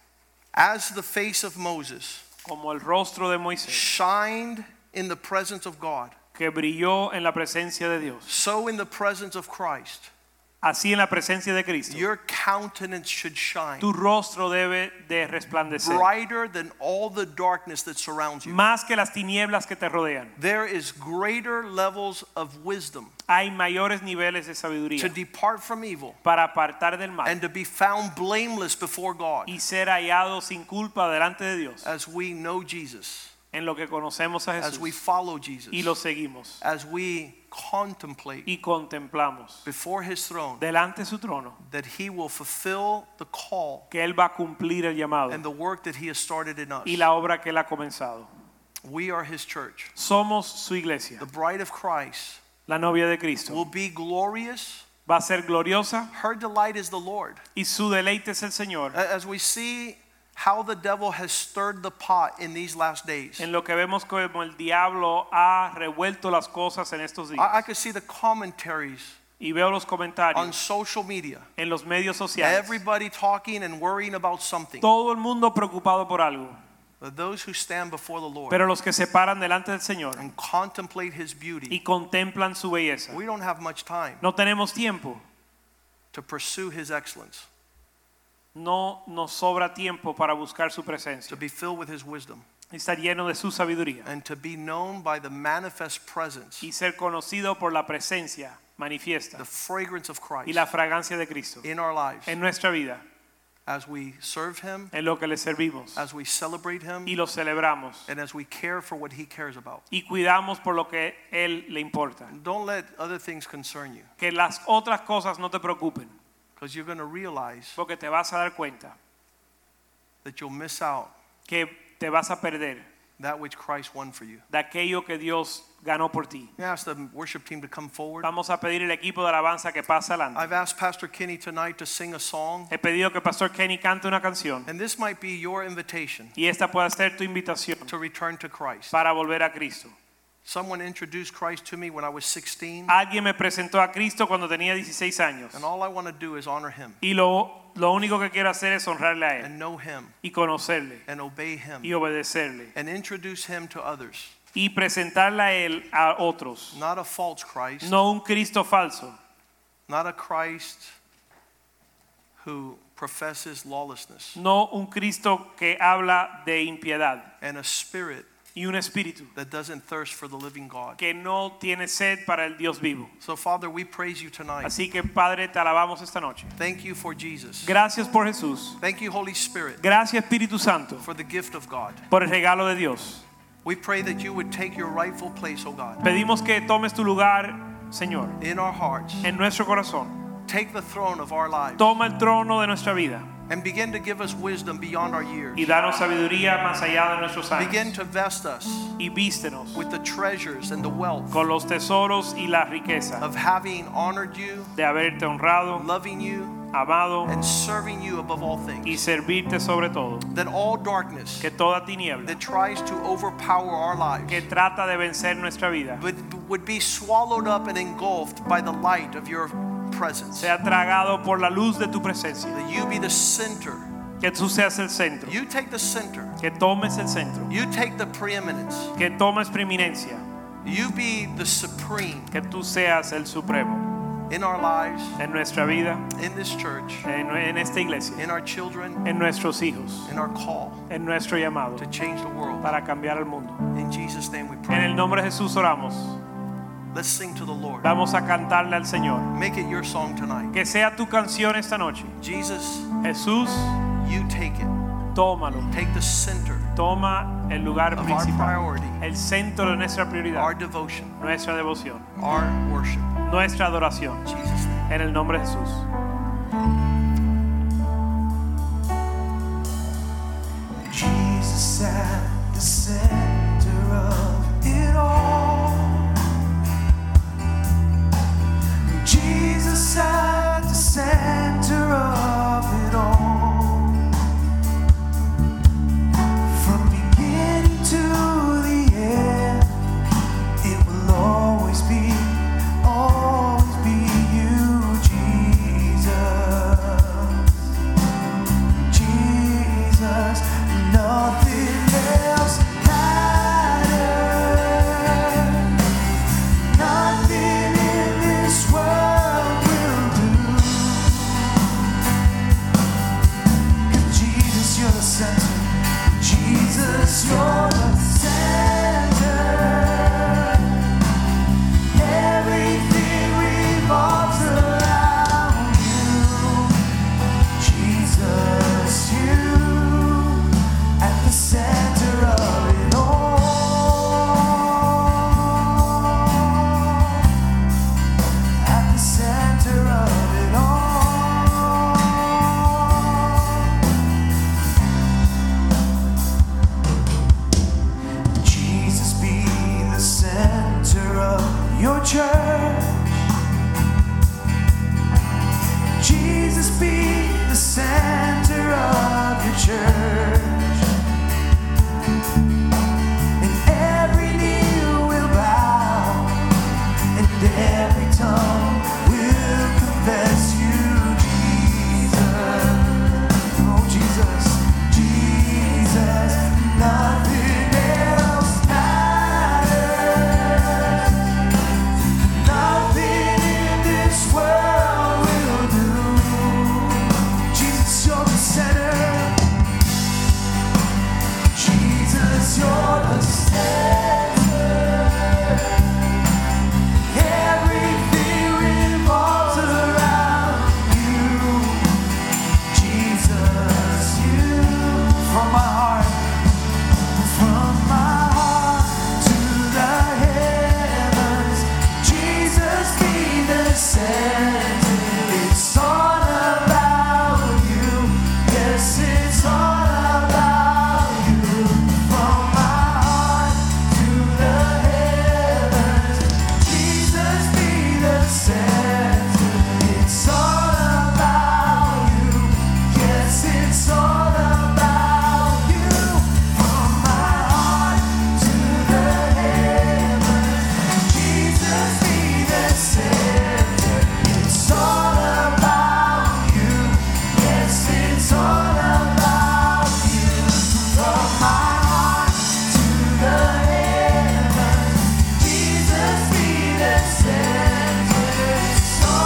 S1: As the face of Moses
S2: como el rostro de Moisés,
S1: shined in the presence of God,
S2: que brilló en la presencia de Dios.
S1: so in the presence of Christ,
S2: Así en la presencia de Cristo,
S1: your countenance should shine
S2: tu rostro debe de resplandecer
S1: brighter than all the darkness that surrounds you.
S2: más que las tinieblas que te rodean.
S1: There is greater levels of wisdom
S2: Hay mayores niveles de sabiduría
S1: to depart from evil
S2: para apartar del
S1: and
S2: mal
S1: to be found blameless before God
S2: y ser hallado sin culpa delante de Dios,
S1: as we know Jesus,
S2: en lo que conocemos a
S1: as we
S2: Jesús
S1: follow
S2: y
S1: Jesus,
S2: lo seguimos
S1: as we contemplate
S2: y contemplamos.
S1: before his throne
S2: delante de su trono
S1: that he will fulfill the call
S2: que él va a cumplir el llamado
S1: and the work that he has started in us.
S2: y la obra que él ha comenzado.
S1: We are his church.
S2: Somos su iglesia,
S1: The bride of Christ
S2: la novia de
S1: will
S2: Cristo.
S1: be glorious.
S2: Va a ser gloriosa
S1: Her delight is the Lord.
S2: y su deleite es el Señor.
S1: A- As we see how the devil has stirred the pot in these last days,
S2: En lo que vemos como el diablo ha revuelto las cosas en estos
S1: I, I
S2: días
S1: could see the commentaries
S2: y veo los
S1: on
S2: comentarios
S1: social media.
S2: en los medios sociales.
S1: Everybody talking and worrying about something.
S2: Todo el mundo preocupado por algo,
S1: But those who stand before the Lord
S2: pero los que se paran delante del Señor
S1: and contemplate his
S2: y
S1: beauty,
S2: contemplan su belleza.
S1: we don't have much time
S2: No tenemos tiempo,
S1: to pursue his excellence,
S2: no nos sobra tiempo para buscar su
S1: to
S2: presencia
S1: be filled with his wisdom,
S2: y estar lleno de su sabiduría.
S1: and to be known by the manifest presence,
S2: y ser conocido por la presencia manifiesta
S1: the fragrance of
S2: y
S1: Christ
S2: la fragancia de Cristo
S1: in our lives
S2: en nuestra vida,
S1: as we serve him,
S2: en lo que le servimos
S1: as we celebrate him,
S2: y lo celebramos
S1: and as we care for what he cares about.
S2: y cuidamos por lo que Él le importa.
S1: Don't let other things concern you
S2: Que las otras cosas no te preocupen,
S1: because you're going to realize
S2: porque te vas a dar cuenta
S1: that you'll miss out
S2: que te vas a perder
S1: that which Christ won for you.
S2: de aquello que Dios ganó por ti.
S1: I ask the worship team to come forward.
S2: Vamos a pedir el equipo de alabanza que pasa adelante.
S1: I've asked Pastor Kenny tonight to sing a song,
S2: He pedido que Pastor Kenny cante una canción
S1: and this might be your invitation
S2: y esta pueda ser tu invitación
S1: to return to Christ.
S2: para volver a Cristo.
S1: Someone introduced Christ to me when I was 16,
S2: Alguien me presentó a Cristo cuando tenía 16 años.
S1: and all I want to do is honor him
S2: Y lo, lo único que quiero hacer es honrarle a Él
S1: and know him
S2: y conocerle
S1: and obey
S2: y
S1: him
S2: obedecerle
S1: and introduce him to others.
S2: y presentarle a Él a otros.
S1: Not a false Christ,
S2: No un Cristo falso,
S1: not a Christ who professes lawlessness,
S2: no un Cristo que habla de impiedad
S1: and a spirit
S2: y un espíritu
S1: that doesn't thirst for the living God.
S2: que no tiene sed para el Dios vivo.
S1: So, Father, we praise you tonight.
S2: Así que Padre, te alabamos esta noche.
S1: Thank you for Jesus.
S2: Gracias por Jesús.
S1: Thank you, Holy Spirit,
S2: Gracias Espíritu Santo
S1: for the gift of God.
S2: por el regalo de Dios.
S1: We pray that you would take your rightful place, O God,
S2: Pedimos que tomes tu lugar, Señor,
S1: in our hearts.
S2: en nuestro corazón.
S1: Take the throne of our lives
S2: Toma el trono de nuestra vida.
S1: and begin to give us wisdom beyond our years.
S2: y danos sabiduría más allá de nuestros
S1: Begin
S2: años
S1: to vest us
S2: y vístenos
S1: with the treasures and the wealth
S2: con los tesoros y la riqueza
S1: of having honored you,
S2: de haberte honrado,
S1: loving you,
S2: amado
S1: and serving you above all
S2: y
S1: things.
S2: servirte sobre todo.
S1: That all darkness
S2: Que toda tiniebla
S1: that tries to overpower our
S2: que
S1: lives
S2: trata de vencer nuestra vida
S1: would, would be swallowed up and engulfed by the light of your presence.
S2: sea tragado por la luz de tu presencia.
S1: That you be the center.
S2: Que tú seas el centro,
S1: You take the center.
S2: que tomes el centro,
S1: You take the preeminence.
S2: que tomes preeminencia,
S1: You be the supreme
S2: que tú seas el supremo
S1: in our lives,
S2: en nuestra vida,
S1: in this church,
S2: en, en esta iglesia,
S1: in our children,
S2: en nuestros hijos,
S1: in our call
S2: en nuestro llamado
S1: to change the world.
S2: para cambiar el mundo.
S1: In Jesus' name we
S2: En
S1: pray.
S2: el nombre de Jesús oramos.
S1: Let's sing to the Lord.
S2: Vamos a cantarle al Señor.
S1: Make it your song tonight.
S2: Que sea tu canción esta noche.
S1: Jesus,
S2: Jesús,
S1: you take it.
S2: Tómalo.
S1: Take the center,
S2: Toma el lugar
S1: Of our
S2: principal,
S1: priority.
S2: el centro de nuestra
S1: our
S2: prioridad,
S1: devotion,
S2: nuestra devoción,
S1: our worship.
S2: nuestra adoración.
S1: In Jesus' name.
S2: En el nombre de Jesús.
S3: Jesus at the center of it all. Jesus at the center of it all. From beginning to the end, it will always be, always be you, Jesus. Jesus, nothing else matters. Nothing in this world will do. 'Cause Jesus, you're the center. Jesus, you're the center. Everything revolves around you. Jesus, you at the center of it all. At the center of it all. Jesus be the center of your church. Jesus be the center of your church. And every knee will bow, and every tongue will confess you, Jesus. Oh, Jesus, Jesus, nothing else matters. Nothing in this world will do. Jesus, you're the center. Jesus, you're the center. Everything revolves around you. Jesus, you from my heart. From my heart to the heavens, Jesus be the center. It's all about you. Yes, it's all about you. From my heart to the heavens, Jesus be the center. It's all about you. Yes, it's all about you. From my heart to the heavens, Jesus be the center. It's all about you. Yes, it's all about you. From my heart to the heavens, Jesus be the center. It's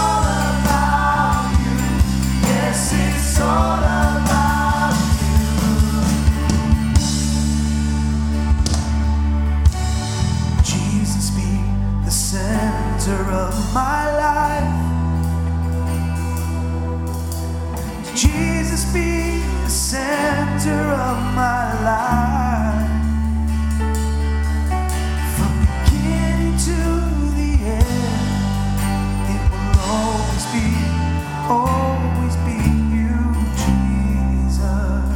S3: all about you. Yes, it's all about you. Jesus be the center of my life. Jesus be the center of my life. From beginning to the end. It will always be, always be you, Jesus.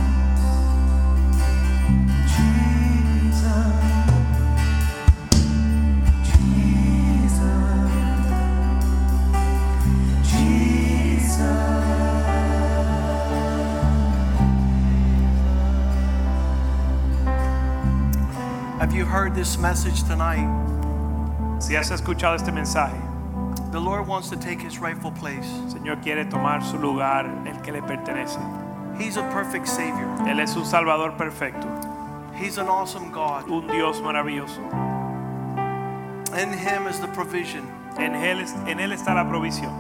S3: Jesus. Jesus. Jesus.
S1: Have you heard this message tonight?
S2: Si has escuchado este mensaje,
S1: The Lord wants to take his rightful place.
S2: el Señor quiere tomar su lugar, el que le pertenece.
S1: He's a perfect Savior,
S2: Él es un Salvador perfecto,
S1: He's an awesome God.
S2: un Dios maravilloso.
S1: In Him is the provision,
S2: En él, es- en él está la provisión,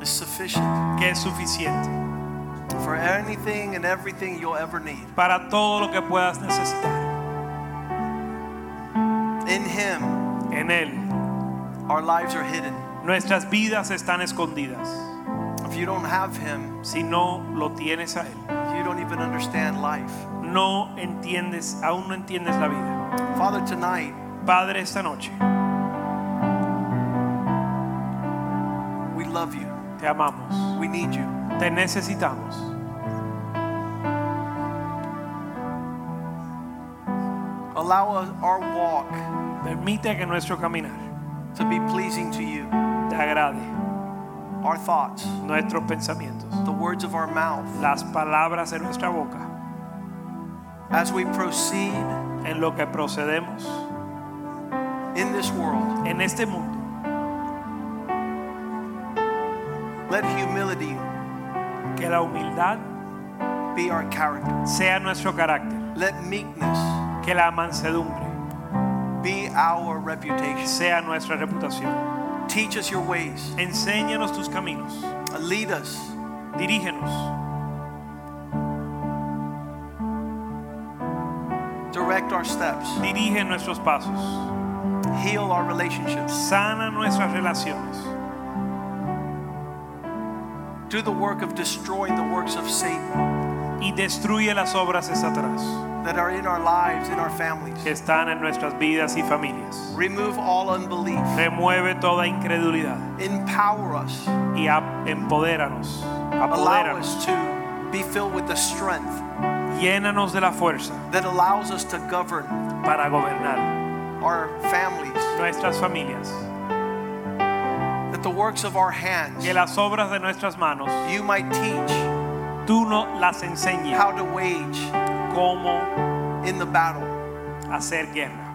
S1: it's sufficient
S2: que es suficiente
S1: for anything and everything you'll ever need.
S2: para todo lo que puedas necesitar.
S1: In Him,
S2: En Él,
S1: our lives are hidden.
S2: nuestras vidas están escondidas.
S1: If you don't have Him,
S2: Si no lo tienes a Él,
S1: you don't even even understand life.
S2: No entiendes, aún no entiendes la vida.
S1: Father, tonight,
S2: Padre, esta noche
S1: we love you.
S2: te amamos,
S1: We need you.
S2: te necesitamos.
S1: Allow us, our walk
S2: Permite que nuestro caminar
S1: to be pleasing to you.
S2: te agrade,
S1: Our thoughts,
S2: nuestros pensamientos,
S1: the words of our mouth,
S2: las palabras de nuestra boca,
S1: as we proceed
S2: en lo que procedemos
S1: in this world,
S2: en este mundo.
S1: let humility
S2: Que la humildad
S1: be our character.
S2: sea nuestro carácter,
S1: Let meekness
S2: que la mansedumbre
S1: be our reputation.
S2: sea nuestra reputación.
S1: Teach us your ways.
S2: Enséñanos tus caminos,
S1: Lead us.
S2: dirígenos,
S1: Direct our steps.
S2: dirige nuestros pasos,
S1: Heal our relationships.
S2: sana nuestras relaciones,
S1: Do the work of destroying the works of Satan
S2: y destruye las obras de Satanás
S1: that are in our lives, in our
S2: que
S1: families.
S2: están en nuestras vidas y familias.
S1: Remove all unbelief.
S2: Remueve toda incredulidad
S1: Empower us.
S2: y ap- empodéranos,
S1: Allow
S2: apodéranos.
S1: us to be filled with the strength
S2: Llénanos de la fuerza
S1: that allows us to govern
S2: para gobernar
S1: our families.
S2: nuestras familias.
S1: That the works of our hands,
S2: Que las obras de nuestras manos
S1: you might teach
S2: tú no las enseñes
S1: how to wage
S2: cómo
S1: in the battle,
S2: hacer guerra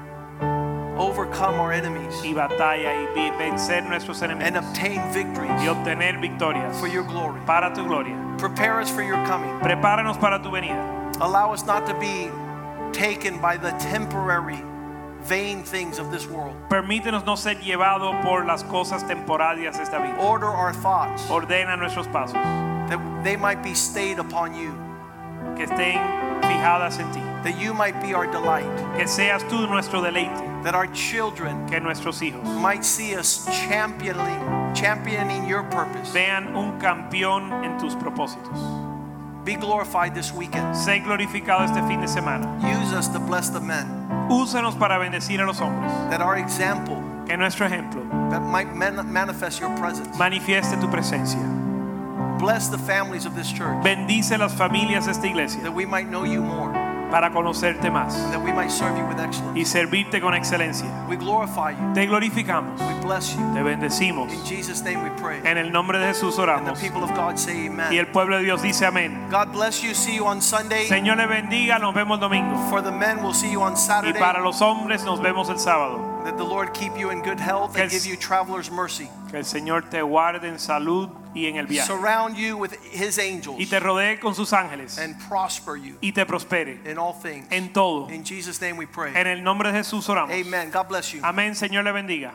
S1: overcome our
S2: y
S1: enemies,
S2: batalla y vi- vencer nuestros
S1: and
S2: enemigos
S1: obtain
S2: y
S1: victories
S2: obtener victorias
S1: for your glory.
S2: para tu gloria.
S1: Prepare us for your coming.
S2: Prepáranos para tu venida.
S1: Allow us not to be taken by the temporary, vain things of this world.
S2: Permítenos no ser llevado por las cosas temporarias de esta vida.
S1: Order our thoughts
S2: Ordena nuestros pasos
S1: that they might be stayed upon you,
S2: que estén fijadas en ti.
S1: that you might be our delight,
S2: Que seas tú nuestro deleite,
S1: that our children
S2: que nuestros hijos
S1: might see us championing, championing your purpose.
S2: vean un campeón en tus propósitos.
S1: Be glorified this weekend.
S2: Sé glorificado este fin de semana.
S1: Use us to bless the men,
S2: Úsanos para bendecir a los hombres.
S1: that our example
S2: Que nuestro ejemplo
S1: that might man- manifest your presence.
S2: manifieste tu presencia.
S1: Bless the families of this church,
S2: Bendice las familias de esta iglesia
S1: that we might know you more,
S2: para conocerte más
S1: that we might serve you with excellence.
S2: y servirte con excelencia.
S1: We glorify you.
S2: Te glorificamos,
S1: We bless you.
S2: te bendecimos.
S1: In Jesus' name we pray.
S2: En el nombre de Jesús
S1: And the
S2: oramos.
S1: people of God say
S2: Y
S1: amen.
S2: el pueblo de Dios dice amén.
S1: God bless you. See you on Sunday.
S2: Señor le bendiga, nos vemos el domingo.
S1: For the men, we'll see you on
S2: Y
S1: Saturday.
S2: para los hombres nos vemos el sábado.
S1: That the Lord keep you in good health and
S2: Que el-
S1: give you traveler's mercy.
S2: Que el Señor te guarde en salud y en el viaje.
S1: Surround you with his
S2: Y
S1: angels
S2: te rodee con sus ángeles.
S1: and prosper you
S2: y te prospere
S1: in all things.
S2: en todo.
S1: In Jesus' name we pray.
S2: En el nombre de Jesús oramos.
S1: Amen. God bless you.
S2: Amén, Señor le bendiga.